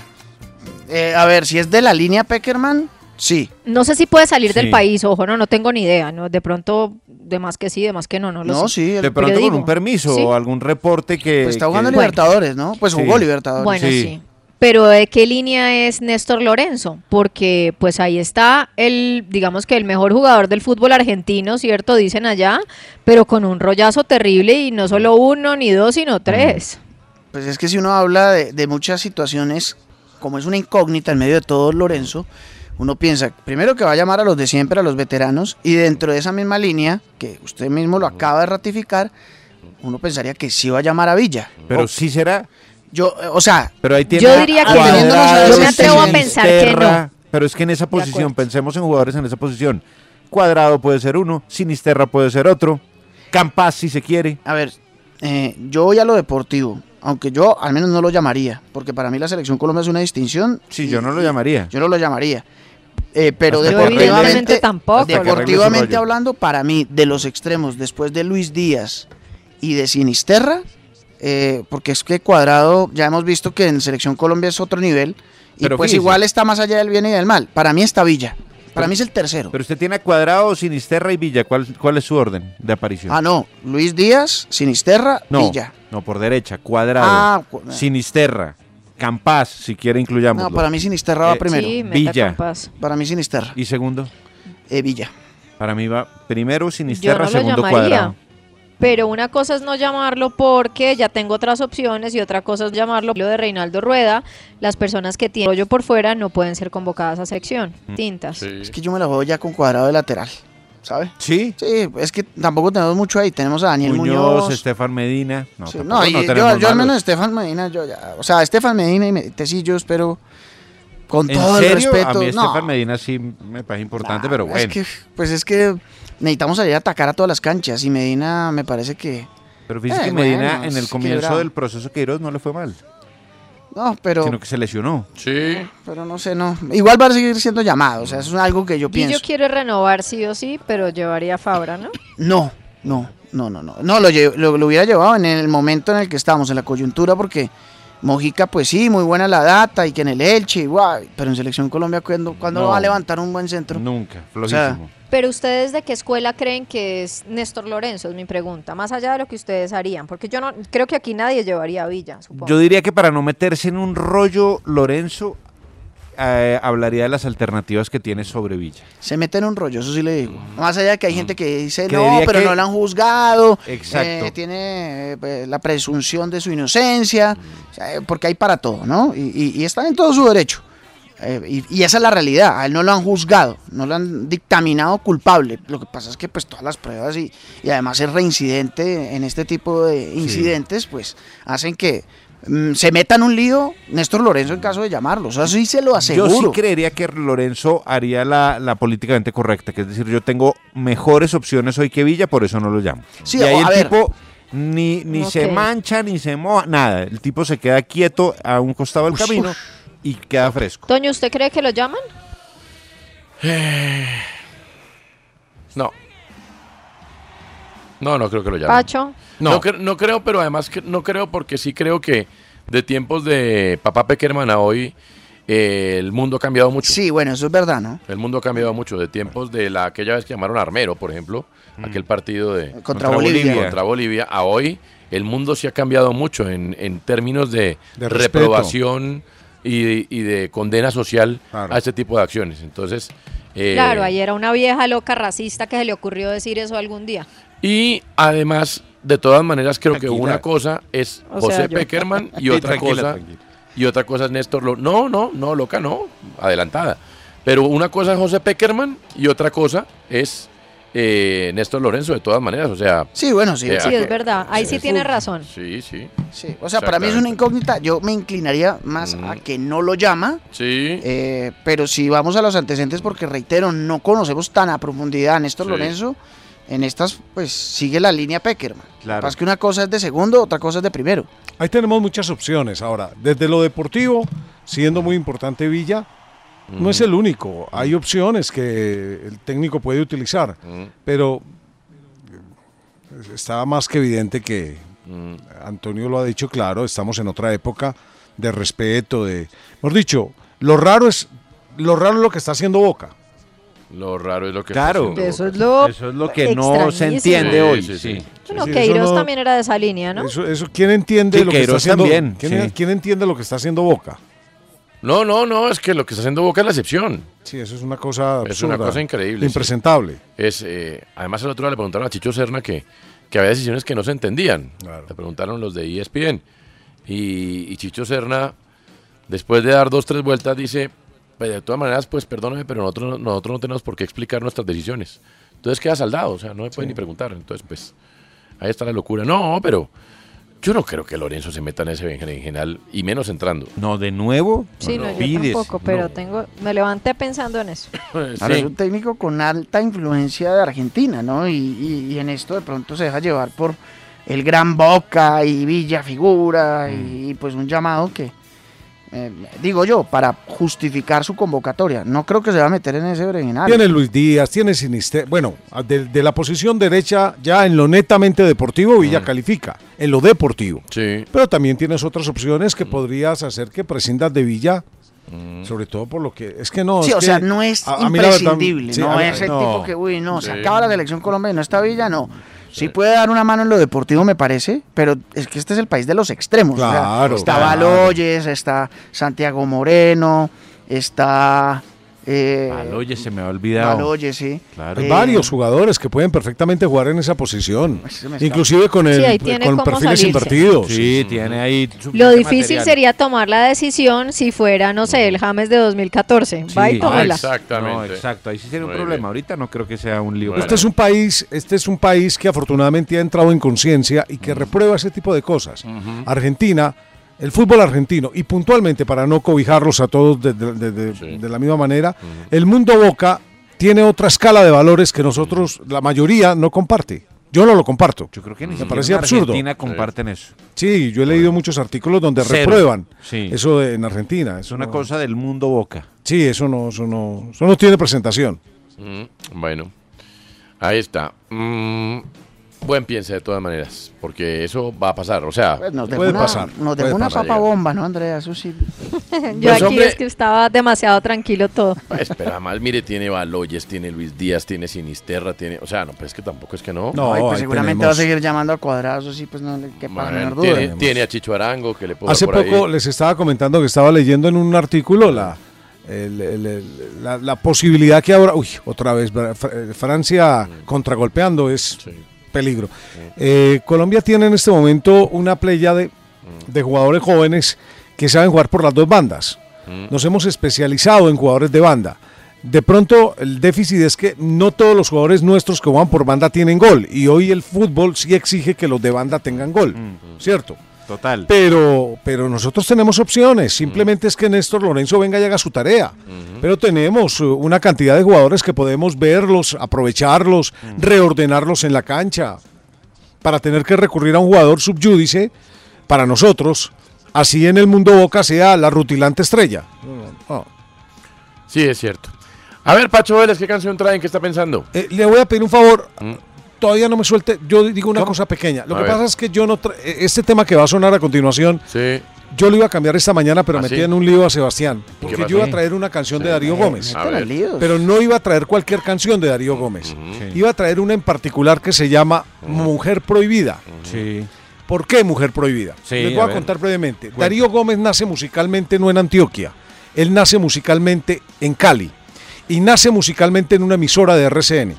Eh, a ver, si es de la línea Peckerman, sí.
No sé si puede salir
Sí.
del país, ojo, no, no tengo ni idea, ¿no? De pronto, de más que sí, de más que no, no lo
De
sé. Pero
pronto con
digo,
un permiso
sí.
o algún reporte que.
Pues está
que-
jugando
Bueno.
Libertadores, ¿no? Pues jugó
Sí.
Libertadores.
Bueno, sí. Pero ¿de qué línea es Néstor Lorenzo? Porque pues ahí está el, digamos que el mejor jugador del fútbol argentino, ¿cierto? Dicen allá, pero con un rollazo terrible y no solo uno, ni dos, sino tres.
Pues es que si uno habla de, de muchas situaciones, como es una incógnita en medio de todo Lorenzo, uno piensa, primero que va a llamar a los de siempre, a los veteranos, y dentro de esa misma línea, que usted mismo lo acaba de ratificar, uno pensaría que sí va a llamar a Villa.
Pero sí será.
Yo, eh, o sea,
Pero ahí tiene
Yo diría que no.
Cuadrado,
Yo me atrevo a
Sinisterra,
pensar que no.
Pero es que en esa posición, pensemos en jugadores en esa posición. Cuadrado puede ser uno, Sinisterra puede ser otro, Campas si se quiere.
A ver, eh, yo voy a lo deportivo, aunque yo al menos no lo llamaría, porque para mí la selección Colombia es una distinción.
Sí, yo no lo llamaría.
Yo no lo llamaría. Eh, pero
Hasta que
deportivamente,
arregle- tampoco. hasta que arregle su
deportivamente
rollo.
hablando, para mí, de los extremos, después de Luis Díaz y de Sinisterra, eh, porque es que Cuadrado, ya hemos visto que en Selección Colombia es otro nivel, y
Pero
pues
fíjese.
igual está más allá del bien y del mal. Para mí está Villa, para mí es el tercero.
Pero usted tiene a Cuadrado, Sinisterra y Villa. ¿Cuál, cuál es su orden de aparición?
Ah, no, Luis Díaz, Sinisterra,
No,
Villa.
no, por derecha, Cuadrado,
Ah, cu-
Sinisterra, Campas, si quiere incluyamos.
No, para mí Sinisterra va primero.
Eh, Villa.
Para mí Sinisterra. Eh,
¿Y segundo?
Villa.
Para mí va primero
Yo
Sinisterra,
no lo
segundo
llamaría.
Cuadrado.
Pero una cosa es no llamarlo porque ya tengo otras opciones y otra cosa es llamarlo lo de Reinaldo Rueda. Las personas que tienen rollo por fuera no pueden ser convocadas a sección. Tintas.
Es que yo me la juego ya con cuadrado de lateral, ¿sabe?
Sí.
Sí, es que tampoco tenemos mucho ahí. Tenemos a Daniel
Muñoz,
Muñoz.
Estefan Medina. No,
Sí,
tampoco
no, y
no
yo,
tenemos
yo al menos
malos.
Estefan Medina, yo ya. O sea, Estefan Medina y Tecillos, pero con
¿En
todo
serio?
el respeto.
A mí
no,
Estefan Medina sí me parece importante, pero bueno.
es que, pues es que necesitamos salir a atacar a todas las canchas y Medina me parece que.
pero fíjese
Eh,
que Medina
bueno,
en el
es equilibrado.
comienzo del proceso Queiroz no le fue mal,
No, pero,
sino que se lesionó.
Sí.
pero no sé, no. Igual va a seguir siendo llamado, o sea, eso es algo que yo
Guillo
pienso.
quiere renovar sí o sí, pero llevaría a Fabra, ¿no?
No, no, no, no, no. No, lo, lle- lo- lo hubiera llevado en el momento en el que estamos, en la coyuntura, porque Mojica, pues sí, muy buena la data y que en el Elche, guay, pero en Selección Colombia, ¿cuándo, cuándo
No.
va a levantar un buen centro?
Nunca,
O sea,
flojísimo.
Pero ustedes de qué escuela creen que es Néstor Lorenzo, es mi pregunta, más allá de lo que ustedes harían, porque yo no creo que aquí nadie llevaría a Villa, supongo.
Yo diría que para no meterse en un rollo, Lorenzo eh, hablaría de las alternativas que tiene sobre Villa.
Se mete en un rollo, eso sí le digo. Más allá de que hay gente que dice,
Mm. Que
no,
diría
pero
que-
no la han juzgado,
Exacto.
eh, tiene eh, pues, la presunción de su
Mm.
inocencia, o sea, eh, porque hay para todo, ¿no? Y, y- y está en todo su derecho. Eh, y, y esa es la realidad, a él no lo han juzgado, no lo han dictaminado culpable. Lo que pasa es que pues todas las pruebas y, y además es reincidente en este tipo de incidentes, pues hacen que mm, se meta en un lío Néstor Lorenzo en caso de llamarlo. O sea, sí se lo aseguro.
Yo sí creería que Lorenzo haría la, la políticamente correcta, que es decir, yo tengo mejores opciones hoy que Villa, por eso no lo llamo.
Sí,
y ahí
o-
el
a ver.
tipo ni, ni se
Ok.
mancha, ni se moja, nada. El tipo se queda quieto a un costado del
Ush,
camino
ush.
y queda fresco.
Toño, ¿usted cree que lo llaman?
No. No, no creo que lo llame.
Pacho.
No. cre- no creo, pero además que- no creo porque sí creo que de tiempos de papá Peckerman a hoy eh, el mundo ha cambiado mucho.
Sí, bueno, eso es verdad, ¿no?
El mundo ha cambiado mucho. De tiempos de la aquella vez que llamaron a Armero, por ejemplo,
Mm.
aquel partido de
Contra Bolivia.
contra Bolivia, a hoy el mundo sí ha cambiado mucho en, en términos de,
De respeto.
reprobación y, y de condena social a este tipo de acciones. Entonces, eh,
Claro, ayer era una vieja loca racista que se le ocurrió decir eso algún día.
Y además, de todas maneras, creo que una cosa es
O sea,
José
yo.
Peckerman y
Sí,
otra
tranquila,
cosa
tranquila.
y otra cosa es Néstor Lo No, no, no, loca no, adelantada. Pero una cosa es José Peckerman y otra cosa es eh, Néstor Lorenzo, de todas maneras. O sea.
Sí, bueno, sí.
eh,
Sí,
aquí-
es verdad. Ahí sí tiene razón.
Sí, sí.
Sí, O sea, para mí es una incógnita. Yo me inclinaría más a que no lo llama.
Sí.
eh, pero si vamos a los antecedentes, porque reitero, no conocemos tan a profundidad a Néstor
Sí.
Lorenzo. En estas, pues sigue la línea Peckerman.
Claro.
Más que una cosa es de segundo, otra cosa es de primero.
Ahí tenemos muchas opciones. Ahora, desde lo deportivo, siendo muy importante Villa, no es el único. Hay opciones que el técnico puede utilizar, pero eh, está más que evidente que Antonio lo ha dicho claro, estamos en otra época de respeto, de... Hemos dicho, lo raro es lo, raro es lo que está haciendo Boca.
Lo raro es lo que.
Claro.
está haciendo
Eso
Boca.
es lo
Eso es lo que no se
extrañísimo.
entiende hoy.
Sí, sí, sí.
Bueno,
Sí, eso
Queiroz
no-
también era de esa línea, ¿no?
Eso, eso, ¿quién entiende
Sí,
lo que está
Queiroz
haciendo?
también,
¿quién,
sí.
quién entiende lo que está haciendo Boca?
No, no, no, es que lo que está haciendo Boca es la excepción.
Sí, eso es una cosa
Es una
absurda,
cosa increíble,
Impresentable.
Es, eh, además, el otro día le preguntaron a Chicho Serna que, que había decisiones que no se entendían. Le preguntaron los de E ESPN. Y, y Chicho Serna, después de dar dos, tres vueltas, dice, "Pues, de todas maneras, pues perdóname, pero nosotros, no- nosotros no tenemos por qué explicar nuestras decisiones. Entonces queda saldado, o sea, no me pueden
Sí.
ni preguntar. Entonces, pues, ahí está la locura. No, pero yo no creo que Lorenzo se meta en ese berenjenal, y menos entrando.
No, de nuevo,
Sí, no, yo tampoco, pero tengo, me levanté pensando en eso.
Claro, Es un técnico con alta influencia de Argentina, ¿no? Y, y- y en esto de pronto se deja llevar por el gran Boca y Villa Figura y, y, pues un llamado que, eh, digo yo, para justificar su convocatoria. No creo que se va a meter en ese original.
Tiene Luis Díaz, tiene Sinister. Bueno, a- de, de la posición derecha, ya en lo netamente deportivo, Villa califica, en lo deportivo.
Sí.
Pero también tienes otras opciones que podrías hacer que prescindas de Villa. Sobre todo por lo que. Es que no.
Sí,
es
o
que
sea, no es
a- a mí la verdad-
imprescindible,
sí,
no
a-
es el
no.
tipo que, uy, no, se
Sí.
acaba la selección Colombia y no está Villa, no. Sí puede dar una mano en lo deportivo, me parece, pero es que este es el país de los extremos. o sea,
Claro,
está
claro.
Baloyes, está Santiago Moreno, está... eh,
Oye, se me ha olvidado.
Baloyes, sí.
Claro.
Hay varios jugadores que pueden perfectamente jugar en esa posición.
se me está-
Inclusive con, el,
Sí, ahí tiene
con
cómo
perfiles
salirse.
invertidos.
Sí, tiene ahí.
Lo difícil sería tomar la decisión si fuera, no sé, el James de 2014. Va y
Ah,
tómala.
exactamente.
No, exacto. Ahí sí sería un problema. Ahorita no creo que sea un lío.
Este es un país, este es un país que afortunadamente ha entrado en conciencia y que reprueba ese tipo de cosas.
Ah,
Argentina, el fútbol argentino, y puntualmente para no cobijarlos a todos de, de- de- de- de la misma manera, el mundo Boca tiene otra escala de valores que nosotros, la mayoría, no comparte. Yo no lo comparto. Yo creo
que ni
Me
siquiera
parece
en
absurdo.
Argentina comparten eso.
Sí, yo he leído muchos artículos donde
Cero.
reprueban
Sí.
eso de- en Argentina.
Es una cosa del mundo Boca.
Sí, eso no, eso no, eso no tiene presentación.
Mm, Bueno, ahí está. Mm, buen piense de todas maneras, porque eso va a pasar. O sea,
Pues nos dejó una, Nos dejó
puede
una
pasar.
papa bomba, ¿no, Andrea? Eso sí.
Yo
Pues,
aquí
hombre.
es que estaba demasiado tranquilo todo.
Espera, más, mire, tiene Baloyes, tiene Luis Díaz, tiene Sinisterra, tiene. O sea, no, pero es que tampoco es que no.
No, pues seguramente va a seguir llamando a cuadrados, sí, pues no le quepa la
Bueno,
menor duda.
tiene, tiene a Chicho Arango que le puedo
Hace
por ahí.
poco les estaba comentando que estaba leyendo en un artículo la, el- el- el- la, la posibilidad que ahora, uy, otra vez, Fra- Fra- Francia
Mm.
contragolpeando es peligro. Eh, Colombia tiene en este momento una playa de,
Mm.
de jugadores jóvenes que saben jugar por las dos bandas.
Mm.
Nos hemos especializado en jugadores de banda. De pronto, el déficit es que no todos los jugadores nuestros que juegan por banda tienen gol. Y hoy el fútbol sí exige que los de banda tengan gol,
Mm.
¿cierto?
Total.
Pero, pero nosotros tenemos opciones. Simplemente es que Néstor Lorenzo venga y haga su tarea. Pero tenemos eh, una cantidad de jugadores que podemos verlos, aprovecharlos, reordenarlos en la cancha. Para tener que recurrir a un jugador subyúdice, para nosotros, así en el mundo Boca sea la rutilante estrella.
Ah. Sí, es cierto. A ver, Pacho Vélez, ¿qué canción traen? ¿Qué está pensando? Mm.
Eh, le voy a pedir un favor. Todavía no me suelte. Yo digo una cosa pequeña. Lo
A
que
ver.
pasa es que yo no. tra- eh, Este tema que va a sonar a continuación. Yo lo iba a cambiar esta mañana, pero
¿Ah,
metí
sí?
en un lío a Sebastián. Porque
pasó?
yo iba a traer una canción de Darío Gómez.
A ver.
Pero no iba a traer cualquier canción de Darío Gómez. Iba a traer una en particular que se llama Mujer Prohibida.
Sí.
¿Por qué Mujer Prohibida?
Sí,
Les
a
voy a,
ver.
contar brevemente. Darío Gómez nace musicalmente no en Antioquia. Él nace musicalmente en Cali. Y nace musicalmente en una emisora de RCN.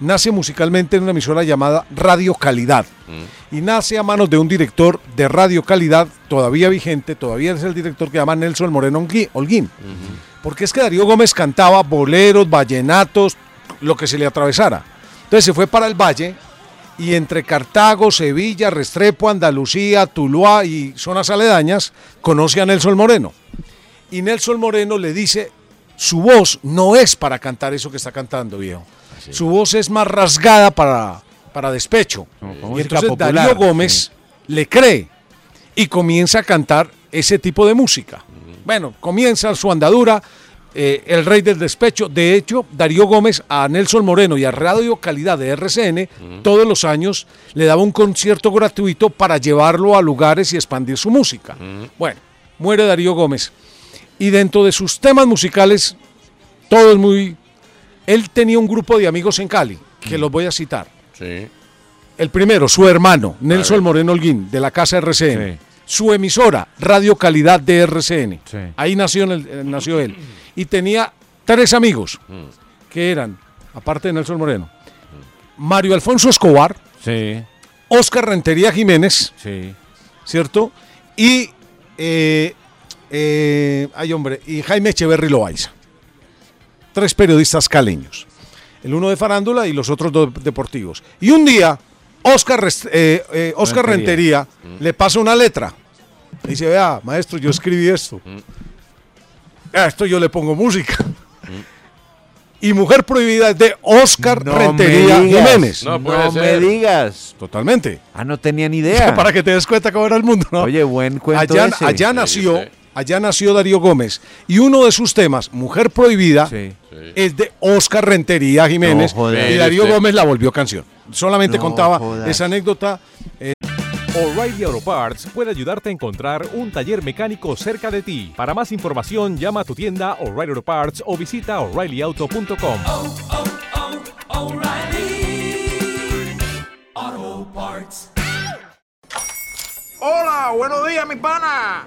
Nace musicalmente en una emisora llamada Radio Calidad. Y nace a manos de un director de Radio Calidad, todavía vigente, todavía es el director que llama Nelson Moreno Holgui- Holguín. Porque es que Darío Gómez cantaba boleros, vallenatos, lo que se le atravesara. Entonces se fue para el valle y entre Cartago, Sevilla, Restrepo, Andalucía, Tuluá y zonas aledañas, conoce a Nelson Moreno. Y Nelson Moreno le dice, su voz no es para cantar eso que está cantando, viejo. Su voz es más rasgada para, para despecho. Y
música
entonces
popular,
Darío Gómez le cree y comienza a cantar ese tipo de música. Bueno, comienza su andadura, eh, el rey del despecho. De hecho, Darío Gómez a Nelson Moreno y a Radio Calidad de RCN todos los años le daba un concierto gratuito para llevarlo a lugares y expandir su música. Bueno, muere Darío Gómez. Y dentro de sus temas musicales, todo es muy... Él tenía un grupo de amigos en Cali, que los voy a citar.
Sí.
El primero, su hermano, Nelson Moreno Holguín, de la Casa RCN. Su emisora, Radio Calidad de RCN. Ahí nació, en el- eh, nació él. Y tenía tres amigos, que eran, aparte de Nelson Moreno, Mario Alfonso Escobar,
Sí.
Oscar Rentería Jiménez, ¿cierto? Y, eh, eh, ay hombre, y Jaime Echeverry Loaiza. Tres periodistas caleños. El uno de farándula y los otros dos deportivos. Y un día, Oscar, Rest- eh, eh, Oscar
Rentería.
Rentería, le pasa una letra. Le dice, vea, maestro, yo escribí esto. A esto yo le pongo música. Y Mujer Prohibida es de Oscar Rentería Jiménez.
No me digas.
Totalmente.
Ah, no tenía ni idea.
Para que te des cuenta cómo era el mundo, ¿no?
Oye, buen cuento
allá,
ese.
allá nació, allá nació Darío Gómez y uno de sus temas, Mujer Prohibida, es de Oscar Rentería Jiménez
No jodas.
y Darío
Usted.
Gómez la volvió canción. Solamente
No
contaba
jodas.
esa anécdota. eh,
O'Reilly Auto Parts puede ayudarte a encontrar un taller mecánico cerca de ti. Para más información, llama a tu tienda O'Reilly Auto Parts o visita oreillyauto.com.
Hola, buenos días, mi pana.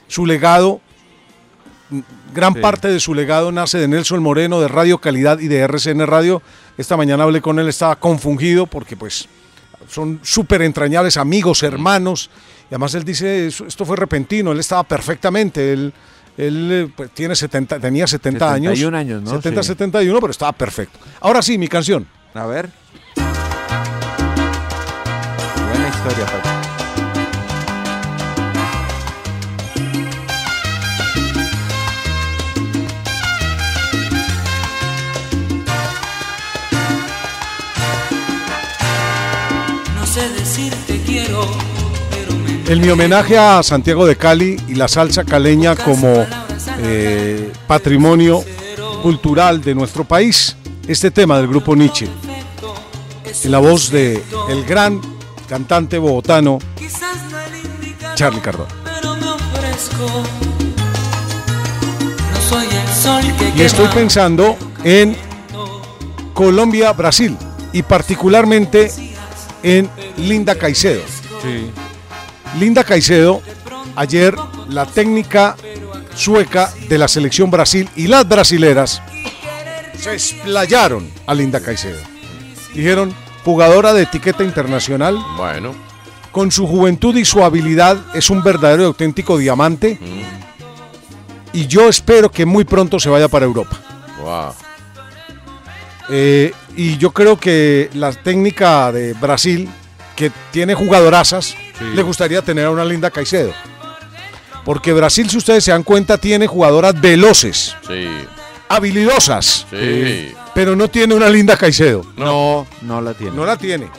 su legado, m- gran
Sí.
parte de su legado nace de Nelson Moreno, de Radio Calidad y de RCN Radio. Esta mañana hablé con él, estaba confundido porque pues son súper entrañables, amigos, hermanos. Y además él dice, "Eso- esto fue repentino, él estaba perfectamente, él, él eh, pues, tiene 70, tenía 70
71
años.
años, ¿no?
70,
Sí.
71, pero estaba perfecto. Ahora sí, mi canción.
A ver. Buena historia, Paco.
No sé decir te quiero.
En mi homenaje a Santiago de Cali y la salsa caleña como eh, patrimonio cultural de nuestro país, este tema del grupo Nietzsche, en la voz de el gran cantante bogotano
Quizás no el indicado,
Charlie Cardona.
pero me ofrezco. No soy el sol que
Y estoy
quema.
pensando en Colombia, Brasil y particularmente en Linda Caicedo. Linda Caicedo, ayer la técnica sueca de la selección Brasil y las brasileras se explayaron a Linda Caicedo. Dijeron, jugadora de etiqueta internacional.
Bueno.
Con su juventud y su habilidad es un verdadero y auténtico diamante. Y yo espero que muy pronto se vaya para Europa.
Wow.
Eh, y yo creo que la técnica de Brasil, que tiene jugadorazas, le gustaría tener a una linda Caicedo. Porque Brasil, si ustedes se dan cuenta, tiene jugadoras veloces,
Sí.
habilidosas,
Sí.
pero no tiene una linda Caicedo.
No, no la tiene.
No la tiene.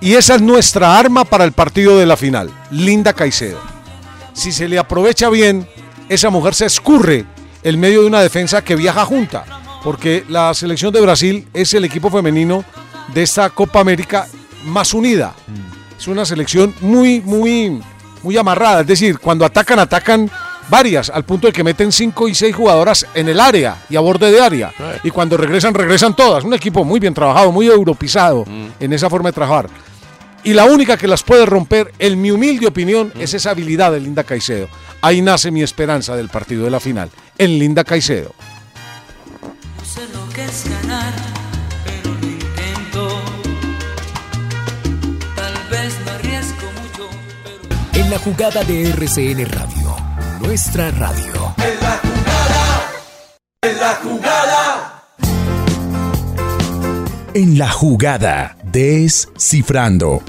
Y esa es nuestra arma para el partido de la final, Linda Caicedo. Si se le aprovecha bien, esa mujer se escurre en medio de una defensa que viaja junta, porque la selección de Brasil es el equipo femenino de esta Copa América más unida.
Mm.
Es una selección muy, muy, muy amarrada. Es decir, cuando atacan, atacan varias, al punto de que meten cinco y seis jugadoras en el área y a borde de área. Y cuando regresan, regresan todas. Un equipo muy bien trabajado, muy europizado
Mm.
en esa forma de trabajar. Y la única que las puede romper, en mi humilde opinión,
Mm.
es esa habilidad de Linda Caicedo. Ahí nace mi esperanza del partido de la final, en Linda Caicedo.
No sé lo que es ganar, pero lo intento. Tal vez me arriesgo mucho.
En la jugada de RCN Radio, nuestra radio.
En la jugada, descifrando.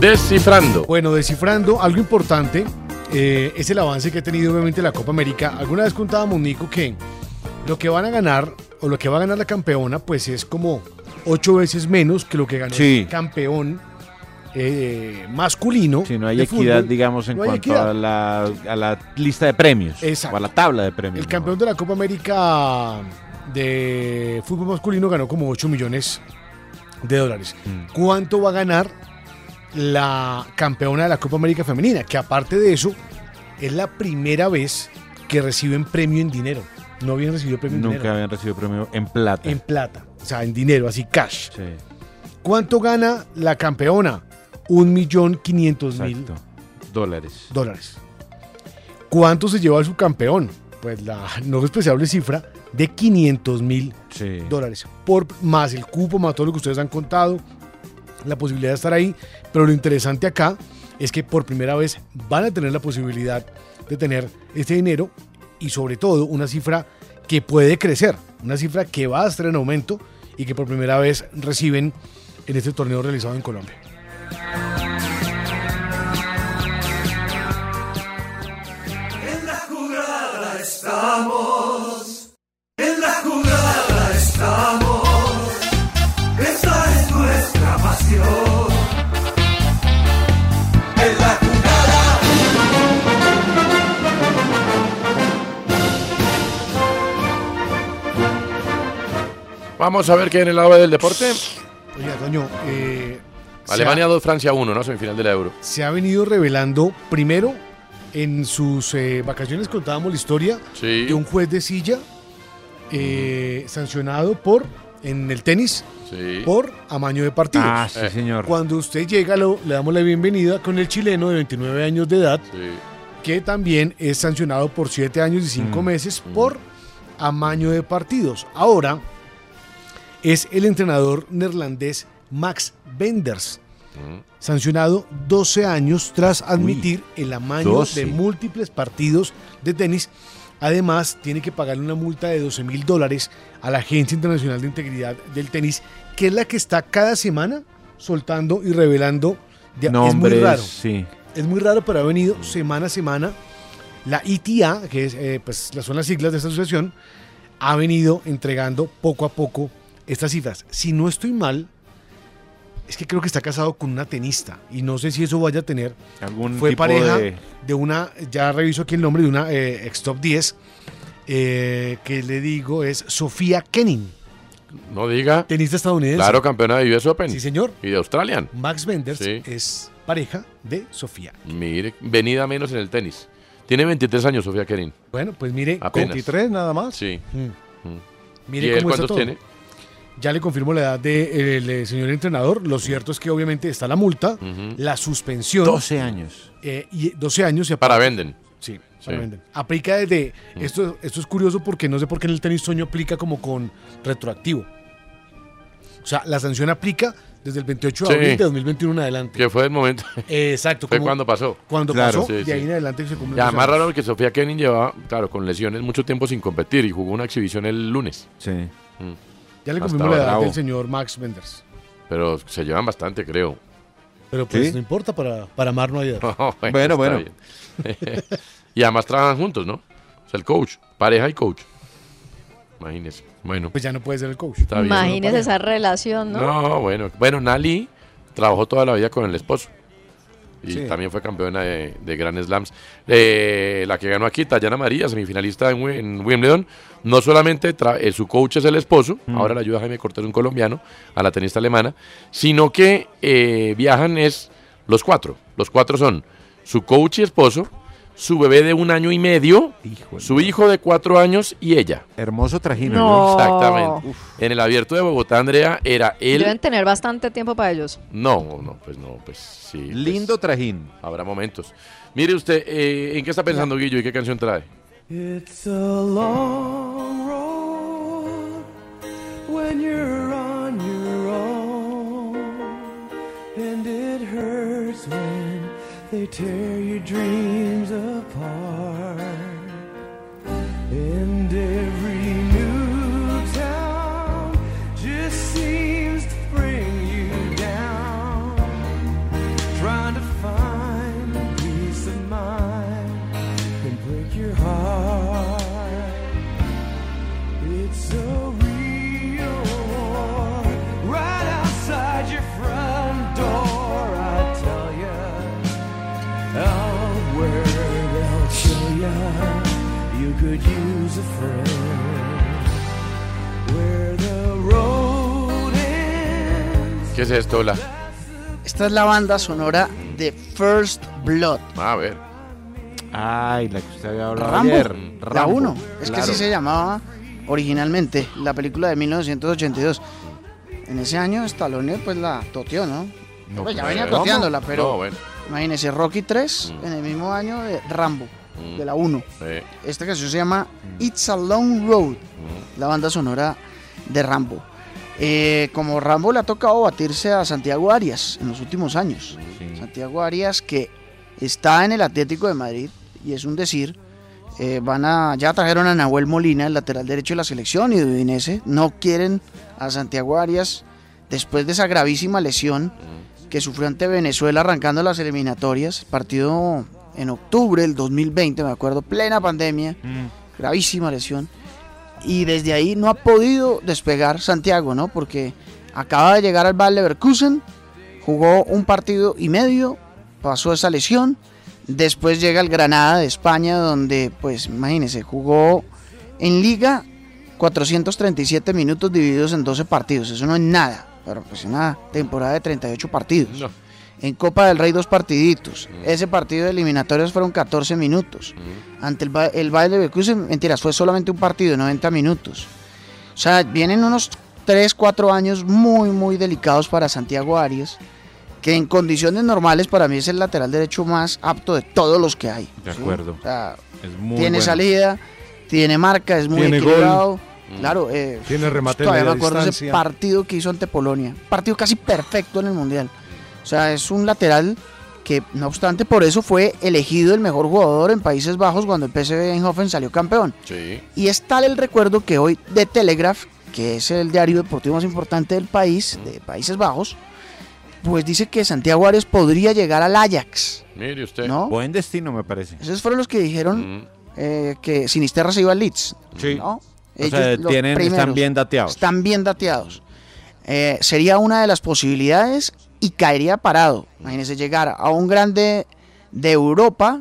Descifrando.
Bueno, descifrando, algo importante eh, es el avance que ha tenido obviamente la Copa América. Alguna vez contábamos, Nico, que lo que van a ganar o lo que va a ganar la campeona, pues es como ocho veces menos que lo que ganó
Sí.
el campeón eh, masculino.
Si no hay
de
equidad,
fútbol.
digamos, en
No hay
cuanto
equidad.
a la, a la lista de premios.
Exacto.
O a la tabla de premios.
El campeón de la Copa América de fútbol masculino ganó como 8 millones de dólares.
Mm.
¿Cuánto va a ganar la campeona de la Copa América femenina? Que aparte de eso, es la primera vez que reciben premio en dinero. No habían recibido premio en
Nunca
dinero.
habían recibido premio en plata.
En plata. O sea, en dinero, así cash. ¿Cuánto gana la campeona? Un millón quinientos mil
Exacto. Dólares.
dólares. ¿Cuánto se lleva el subcampeón? Pues la no despreciable cifra de 500 mil
Sí.
dólares. Por más el cupo, más todo lo que ustedes han contado, la posibilidad de estar ahí. Pero lo interesante acá es que por primera vez van a tener la posibilidad de tener este dinero y sobre todo una cifra que puede crecer, una cifra que va a estar en aumento y que por primera vez reciben en este torneo realizado en Colombia.
En la jugada estamos. En la jugada estamos. Esa es nuestra pasión. En la
Vamos a ver qué hay en el lado del deporte.
Oye, Toño, eh, se ha-
Alemania 2, Francia 1, ¿no? Semifinal de la Euro.
se ha venido revelando primero en sus eh, vacaciones contábamos la historia
Sí.
de un juez de silla eh, sancionado por en el tenis
Sí.
por amaño de partidos.
Ah, sí, Eh. señor.
Cuando usted llega lo- le damos la bienvenida con el chileno de 29 años de edad que también es sancionado por 7 años y 5
Mm.
meses por amaño de partidos. Ahora es el entrenador neerlandés Max Benders
Mm.
sancionado 12 años tras admitir el amaño
12.
de múltiples partidos de tenis. Además, tiene que pagar una multa de 12 mil dólares a la Agencia Internacional de Integridad del Tenis, que es la que está cada semana soltando y revelando. de- es
Nombres,
muy raro.
sí.
Es muy raro, pero ha venido semana a semana. La ITA, que es, eh, pues, las son las siglas de esta asociación, ha venido entregando poco a poco estas cifras. Si no estoy mal, es que creo que está casado con una tenista y no sé si eso vaya a tener.
Algún
Fue
tipo
pareja de...
de-
una, ya reviso aquí el nombre de una eh, ex top 10, eh, que le digo es Sofía Kenning,
No diga.
tenista estadounidense.
Claro, campeona de US Open.
Sí, señor.
Y de Australian.
Max Benders
Sí.
es pareja de Sofía.
Mire, venida menos en el tenis. Tiene 23 años, Sofía Kerin.
Bueno, pues mire,
Apenas.
23
nada más.
Sí.
Mm.
Mm.
Mire
¿Y él
cómo está
cuántos
todo.
tiene?
Ya le confirmo la edad eh, del señor entrenador. Lo cierto es que obviamente está la multa, la suspensión.
12 años.
eh, y 12 años y
Para Venden.
Sí,
Sí.
para Benden. Aplica desde.
Mm.
Esto, esto es curioso porque no sé por qué en el tenis sueño aplica como con retroactivo. O sea, la sanción aplica desde el 28 de
Sí.
abril de 2021 en adelante.
Que fue el momento.
Exacto.
Fue
como-
cuando pasó.
Cuando
Claro.
pasó,
Sí,
de
sí.
ahí en adelante se cumple.
Ya, más raro que Sofía Kenin llevaba, claro, con lesiones mucho tiempo sin competir y jugó una exhibición el lunes. Mm.
Sí.
Ya le confirmo la edad del señor Max Benders.
Pero se llevan bastante, creo.
Pero pues
¿Sí?
no importa, para, para amar no hay edad.
está bien. y además trabajan juntos, ¿no? O sea, el coach, pareja y coach. Imagínese. Bueno,
pues ya no puede ser el coach.
está bien.
Imagínese esa relación, ¿no?
No, bueno. Bueno, Nali trabajó toda la vida con el esposo. Y
Sí.
también fue campeona de, de Grand Slams. Eh, la que ganó aquí, Tayana María, semifinalista en, Wi- en Wimbledon. No solamente tra- eh, su coach es el esposo,
Mm.
ahora la ayuda Jaime Cortés, un colombiano, a la tenista alemana, sino que eh, viajan es los cuatro. Los cuatro son su coach y esposo, su bebé de un año y medio, su hijo de cuatro años y ella.
Hermoso trajino.
No.
Exactamente. En el abierto de Bogotá, Andrea, era él
Deben tener bastante tiempo para ellos.
no, no, pues no, pues sí. Lindo trajín. Habrá momentos. Mire usted, eh, ¿en qué está pensando Guillo y qué canción trae?
It's a long road when you're on your own, and it hurts when they tear your dreams apart. And every new town just seems to bring you down, trying to find peace of mind and break your heart. It's a real war right outside your front door. I tell ya, out where they'll show ya, you could use a friend. Where the road ends.
¿Qué es esto, la?
Esta es la banda sonora de First Blood.
Ah, A ver.
Ay, la que usted había hablado
Rambo,
ayer.
la
Rambo.
1. Es que
Claro.
así se llamaba originalmente la película de 1982. En ese año Stallone pues la toteó, ¿no?
No,
Pues, ya
pues,
venía
¿cómo?
toteándola, pero
No, bueno.
imagínese Rocky 3 en el mismo año de Rambo,
Mm.
de la 1.
Eh,
Esta canción se llama It's a Long Road,
Mm.
la banda sonora de Rambo. Eh, como Rambo le ha tocado batirse a Santiago Arias en los últimos años.
Mm.
Santiago Arias que está en el Atlético de Madrid y es un decir. eh, van a, ya trajeron a Nahuel Molina, el lateral derecho de la selección y de Udinese. No quieren a Santiago Arias después de esa gravísima lesión que sufrió ante Venezuela arrancando las eliminatorias. Partido en octubre del 2020, me acuerdo, plena pandemia, gravísima lesión. Y desde ahí no ha podido despegar Santiago, ¿no? Porque acaba de llegar al Bayer Leverkusen, jugó un partido y medio, pasó esa lesión. Después llega al Granada de España, donde, pues, imagínense, jugó en Liga 437 minutos divididos en 12 partidos. Eso no es nada, pero pues una temporada de 38 partidos. En Copa del Rey, dos partiditos.
Mm.
Ese partido de eliminatorias fueron 14 minutos. Ante el, Ba- el Bayer Leverkusen, mentiras, fue solamente un partido, 90 minutos. O sea, vienen unos 3, 4 años muy, muy delicados para Santiago Arias, que en condiciones normales para mí es el lateral derecho más apto de todos los que hay.
De
¿sí?
acuerdo.
O sea,
Es muy
tiene
bueno.
salida, tiene marca, es muy
Tiene gol.
equilibrado.
Mm.
Claro, eh,
Tiene remate en
Todavía me
media
acuerdo ese
distancia.
partido que hizo ante Polonia. Partido casi perfecto en el Mundial. O sea, es un lateral que, no obstante, por eso fue elegido el mejor jugador en Países Bajos cuando el PSV Eindhoven salió campeón.
sí.
Y es tal el recuerdo que hoy The Telegraph, que es el diario deportivo más importante del país, de Países Bajos, pues dice que Santiago Arias podría llegar al Ajax.
Mire usted. Mm.
¿No?
Buen destino, me parece.
Esos fueron los que dijeron eh, que Sinisterra se iba al Leeds.
Sí.
¿no?
O sea,
los
tienen- están bien dateados.
Están bien dateados. eh, sería una de las posibilidades y caería parado. Imagínense llegar a un grande de Europa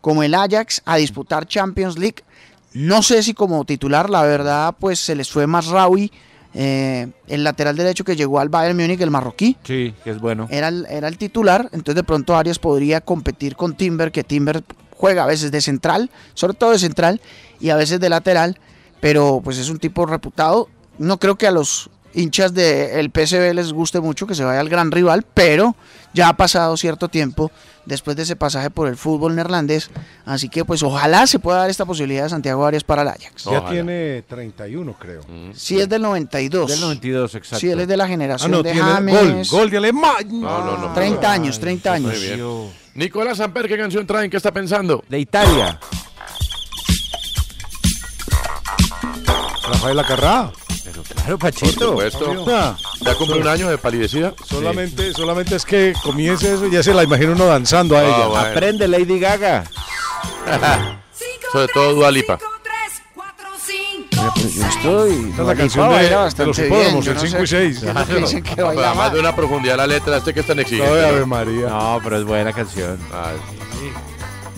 como el Ajax a disputar Champions League. No sé si como titular, la verdad, pues se les fue más Raui, eh, el lateral derecho que llegó al Bayern Múnich, el marroquí.
Sí, que es bueno.
Era el, era el titular, entonces de pronto Arias podría competir con Timber, que Timber juega a veces de central, sobre todo de central, y a veces de lateral, pero pues es un tipo reputado. No creo que a los hinchas del PSV les guste mucho que se vaya al gran rival, pero ya ha pasado cierto tiempo después de ese pasaje por el fútbol neerlandés, así que pues ojalá se pueda dar esta posibilidad de Santiago Arias para el Ajax.
Ya tiene 31, creo.
Mm.
Sí, es del 92.
Del
92, exacto.
Sí, él es de la generación
Ah, no,
de
tiene
James.
gol, gol de Alemania.
No, no, no.
30 años, 30 años.
Muy bien. Nicolás Amper, ¿qué canción traen? ¿Qué está pensando?
De Italia.
Rafael Acarrá.
Pero claro, Pachito.
Por supuesto.
Ah.
Ya cumple un año de palidecida.
Solamente, solamente es que comience eso y ya se la imagino uno danzando a
Ah,
ella.
bueno. Aprende,
Lady Gaga.
Sobre todo Dualipa.
pues, yo estoy.
Esta es la canción de, de los hipódromos, el 5 y 6.
Además de una profundidad la letra, este que es tan exigente.
Ay, Ave
María. No, pero es buena canción.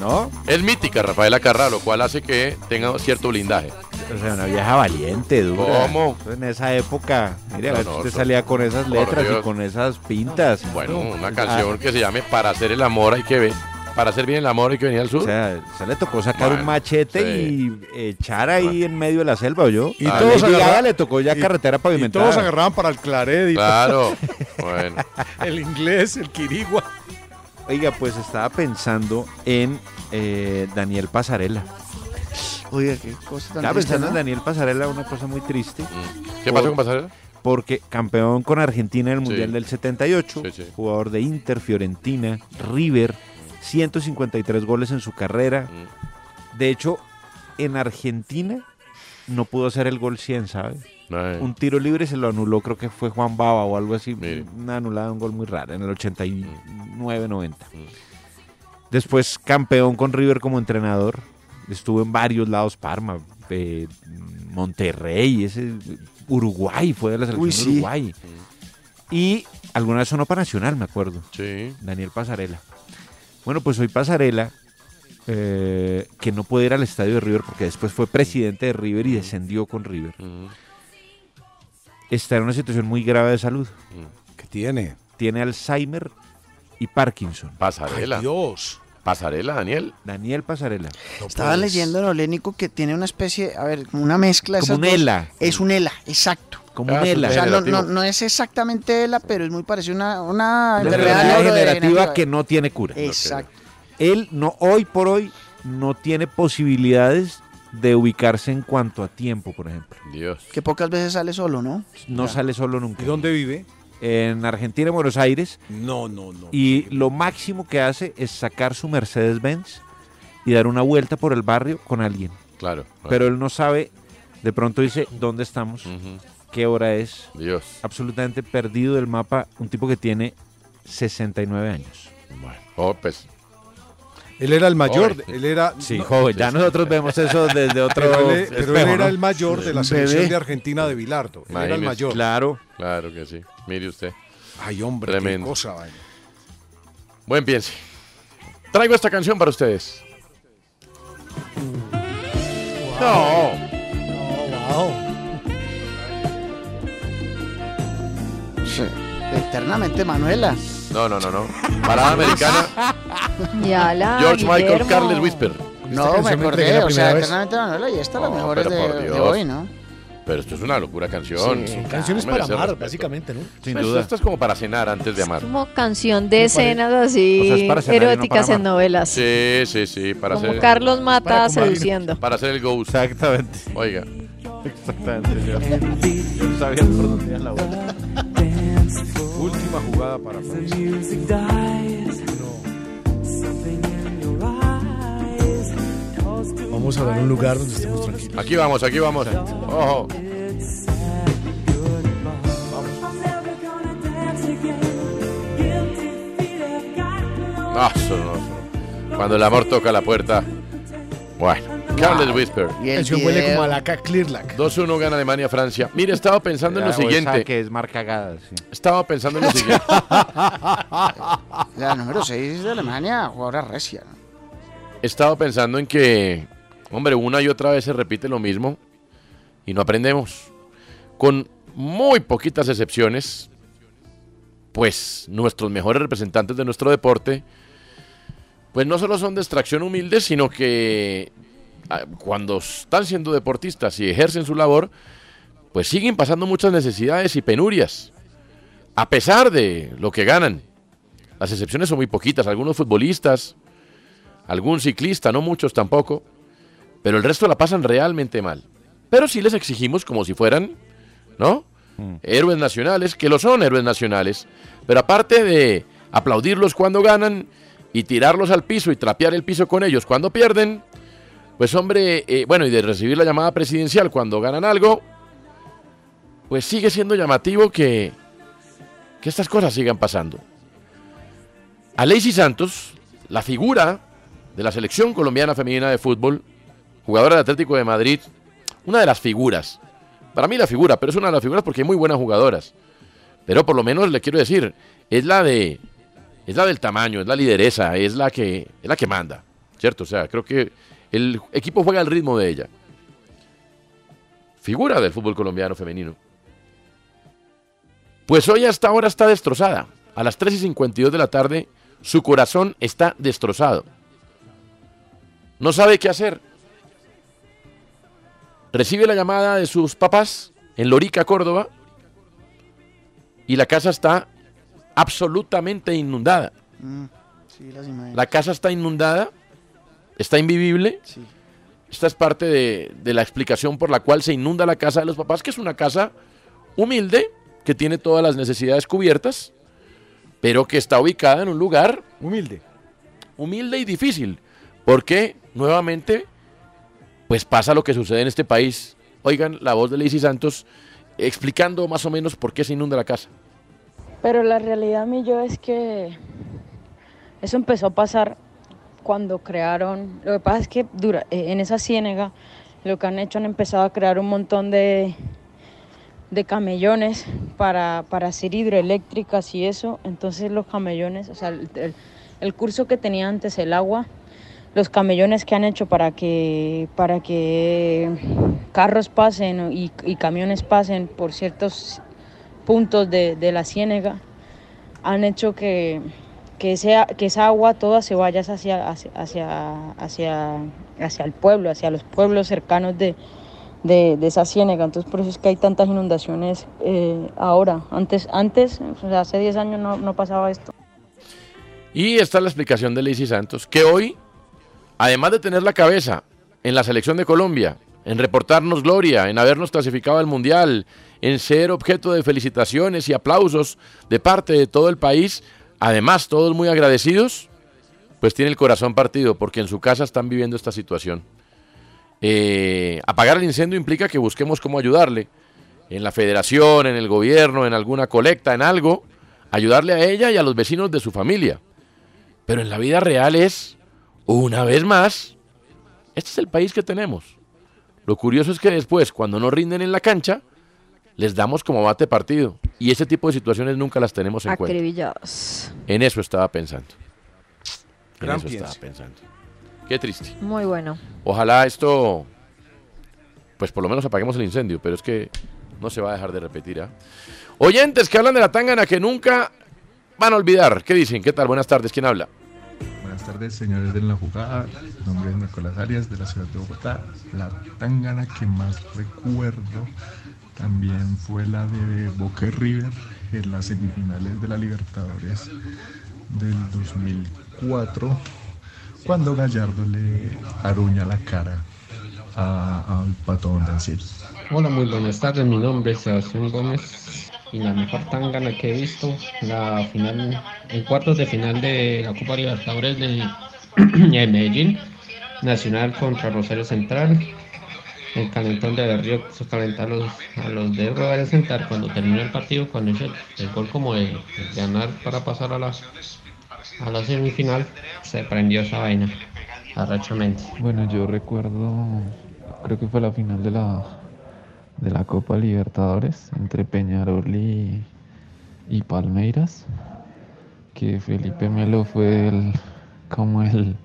¿No?
Ah, Es mítica Rafaela Carrá, lo cual hace que tenga cierto blindaje.
O sea, una vieja valiente, dura.
¿Cómo?
En esa época, mire, a
No,
ver
no,
si usted
eso-
salía con esas
por
letras y
Dios.
con esas pintas.
Bueno, una
Ah,
canción que se llame Para hacer el amor hay que ver. Para hacer bien el amor hay que venir al sur.
O sea, se le tocó sacar
Bueno,
un machete y eh, echar ahí en medio de la selva, yo. Y a Lady
agarra-
Gaga le tocó ya
y-
carretera
Y
pavimentada.
todos agarraban para el claret. y-
Claro. Bueno.
el inglés, el quirigua.
Oiga, pues estaba pensando en eh, Daniel Pasarela.
Oiga, qué cosa tan
Estaba
triste,
pensando en
¿no?
Daniel Pasarela, una cosa muy triste.
¿Qué
Por-
pasó con Pasarela?
Porque campeón con Argentina en el
Sí.
Mundial del 78, jugador de Inter, Fiorentina, River, 153 goles en su carrera.
Mm.
De hecho, en Argentina no pudo hacer el gol 100, ¿sabes? Un tiro libre se lo anuló, creo que fue Juan Baba o algo así. Una anulada, un gol muy raro, en el 89-90. Después campeón con River como entrenador. Estuvo en varios lados, Parma, eh, Monterrey, ese Uruguay, fue de la selección
Uy,
de
sí.
Uruguay. Y alguna vez sonó para Nacional, me acuerdo.
Sí.
Daniel Pasarela. Bueno, pues hoy Pasarela, eh, que no puede ir al estadio de River porque después fue presidente de River y descendió con River. Está en una situación muy grave de salud.
¿Qué tiene?
Tiene Alzheimer y Parkinson.
Pasarela.
Ay,
Dios.
Pasarela, Daniel.
Daniel Pasarela.
Estaba leyendo en Olénico que tiene una especie, a ver, como una mezcla de
Como
esas
un
E
dos.
ELA.
Es un ELA, exacto.
Como un Ah, ELA.
O sea, no,
degenerativo.
no- no es exactamente ELA, pero es muy parecido a una, una
Una
enfermedad
enfermedad
neurodegenerativa.
degenerativa que no tiene cura.
Exacto.
Él no hoy por hoy no tiene posibilidades de ubicarse en cuanto a tiempo, por ejemplo.
Dios.
Que pocas veces sale solo, ¿no?
No sale solo nunca.
¿Y dónde vive?
En Argentina, en Buenos Aires.
No, no, no.
Y lo máximo que hace es sacar su Mercedes Benz y dar una vuelta por el barrio con alguien.
Claro.
Pero él no sabe, de pronto dice, ¿dónde estamos? ¿Qué hora es?
Dios.
Absolutamente perdido del mapa, un tipo que tiene 69 años.
Oh, pues.
Él era el mayor,
Joven.
él era...
Sí, joven, ya nosotros vemos eso desde otro
Pero él, pero él
espejo,
era
¿no?
el mayor de la
Un
selección
bebé.
de Argentina de Bilardo. Él era el
Imagínese.
mayor.
Claro.
Claro que sí. Mire usted.
Ay, hombre,
Tremendo.
qué cosa, vaina.
Buen piense. Traigo esta canción para ustedes. No.
Sí. Eternamente, Manuela.
No, no, no, no. Balada americana.
Ya la,
George Michael
Guillermo.
Carles Whisper.
No, me acordé, o sea, eternamente Manuela y esta es la mejor es
pero
de,
por
de
Dios.
hoy, ¿no?
Pero esto es una locura canción.
Sí, canciones para amar, básicamente, ¿no?
Sin
Pues,
duda. Esto es como para cenar antes de amar.
Como canción de escenas así
O sea, es para cenar y no
eróticas
para
en
amar.
novelas.
Sí, sí, sí. Para
Como
hacer,
Carlos Mata Para comer. seduciendo.
Para hacer el ghost.
Exactamente.
Oiga.
Exactamente. Yo sabía por dónde era la vuelta.
Última jugada para París.
Vamos a ver un lugar donde estemos tranquilos.
Aquí vamos, aquí vamos. Ojo. No, eso no, eso no. Cuando el amor toca la puerta. Bueno. Careless Whisper.
Y
el Canción huele video. como a laca Clearlac.
2-1 gana Alemania, Francia. Mire, estaba pensando en lo
Era esa
siguiente.
que es marca cagada, sí.
Estaba pensando en lo siguiente.
La número 6 de Alemania, jugadora recia. ¿no?
Estaba pensando en que, hombre, una y otra vez se repite lo mismo y no aprendemos. Con muy poquitas excepciones, pues nuestros mejores representantes de nuestro deporte, pues no solo son de extracción humilde, sino que ah, cuando están siendo deportistas y ejercen su labor, pues siguen pasando muchas necesidades y penurias, a pesar de lo que ganan. Las excepciones son muy poquitas, algunos futbolistas, algún ciclista, no muchos tampoco, pero el resto la pasan realmente mal. Pero sí les exigimos como si fueran, ¿no? Héroes nacionales, que lo son héroes nacionales, pero aparte de aplaudirlos cuando ganan y tirarlos al piso y trapear el piso con ellos cuando pierden, pues hombre, eh, bueno, y de recibir la llamada presidencial cuando ganan algo, pues sigue siendo llamativo que, que estas cosas sigan pasando. Alexis Santos, la figura de la selección colombiana femenina de fútbol, jugadora del Atlético de Madrid, una de las figuras. Para mí la figura, pero es una de las figuras porque hay muy buenas jugadoras. Pero por lo menos le quiero decir, es la de es la del tamaño, es la lideresa, es la que es la que manda, ¿cierto? O sea, creo que el equipo juega al ritmo de ella. Figura del fútbol colombiano femenino. Pues hoy hasta ahora está destrozada. A las 3 y 52 de la tarde, su corazón está destrozado. No sabe qué hacer. Recibe la llamada de sus papás en Lorica, Córdoba, y la casa está absolutamente inundada.
Mm, sí, las imágenes.
La casa está inundada, está invivible.
Sí.
Esta es parte de, de la explicación por la cual se inunda la casa de los papás, que es una casa humilde, que tiene todas las necesidades cubiertas, pero que está ubicada en un lugar humilde. Humilde y difícil, porque nuevamente, pues pasa lo que sucede en este país. Oigan la voz de Lacey Santos explicando más o menos por qué se inunda la casa.
Pero la realidad, mi yo, es que eso empezó a pasar cuando crearon. Lo que pasa es que dura, eh, en esa ciénega lo que han hecho han empezado a crear un montón de, de camellones para, para hacer hidroeléctricas y eso. Entonces, los camellones, o sea, el, el- el curso que tenía antes el agua, los camellones que han hecho para que, para que carros pasen y, y camiones pasen por ciertos puntos de, de la ciénega han hecho que, que, ese- que esa agua toda se vaya hacia, hacia, hacia, hacia, hacia el pueblo, hacia los pueblos cercanos de, de, de esa ciénega. Entonces por eso es que hay tantas inundaciones eh, ahora. Antes, antes o sea, hace 10 años no, no pasaba esto.
Y esta es la explicación de Lacey Santos, que hoy, además de tener la cabeza en la selección de Colombia, en reportarnos gloria, en habernos clasificado al Mundial, en ser objeto de felicitaciones y aplausos de parte de todo el país, además todos muy agradecidos, pues tiene el corazón partido porque en su casa están viviendo esta situación. Eh, apagar el incendio implica que busquemos cómo ayudarle, en la federación, en el gobierno, en alguna colecta, en algo, ayudarle a ella y a los vecinos de su familia. Pero en la vida real es, una vez más, este es el país que tenemos. Lo curioso es que después, cuando no rinden en la cancha, les damos como bate partido. Y ese tipo de situaciones nunca las tenemos en cuenta.
Acribillados.
En eso estaba pensando. En
Gran
eso estaba
piense.
pensando. Qué triste.
Muy bueno.
Ojalá esto, pues por lo menos apaguemos el incendio, pero es que no se va a dejar de repetir. ¿ah? Oyentes que hablan de la tangana que nunca van a olvidar. ¿Qué dicen? ¿Qué tal? Buenas tardes. ¿Quién habla?
Buenas tardes, señores de la jugada. Mi nombre es Nicolás Arias de la ciudad de Bogotá. La tangana que más recuerdo también fue la de Boca y River en las semifinales de la Libertadores del 2004, cuando Gallardo le aruña la cara a- al patón Dancil.
Hola, muy buenas tardes. Mi nombre es Sebastián Gómez y la mejor tangana que he visto, la final, en cuartos de final de la Copa Libertadores de, de Medellín, Nacional contra Rosario Central. El calentón de Berrío se calentar los, a los de Rosario Central cuando terminó el partido, cuando hizo el, el gol como de, de ganar para pasar a la, a la semifinal, se prendió esa vaina. arrechamente.
Bueno, yo recuerdo, creo que fue la final de la, de la Copa Libertadores entre Peñarol y, y Palmeiras, que Felipe Melo fue el, como el,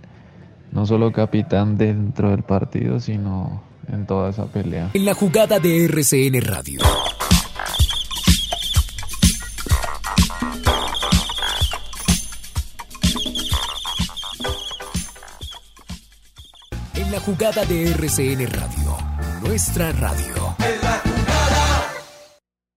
no solo capitán dentro del partido, sino en toda esa pelea. En la jugada de RCN Radio.
En la jugada de RCN Radio, nuestra radio.
En la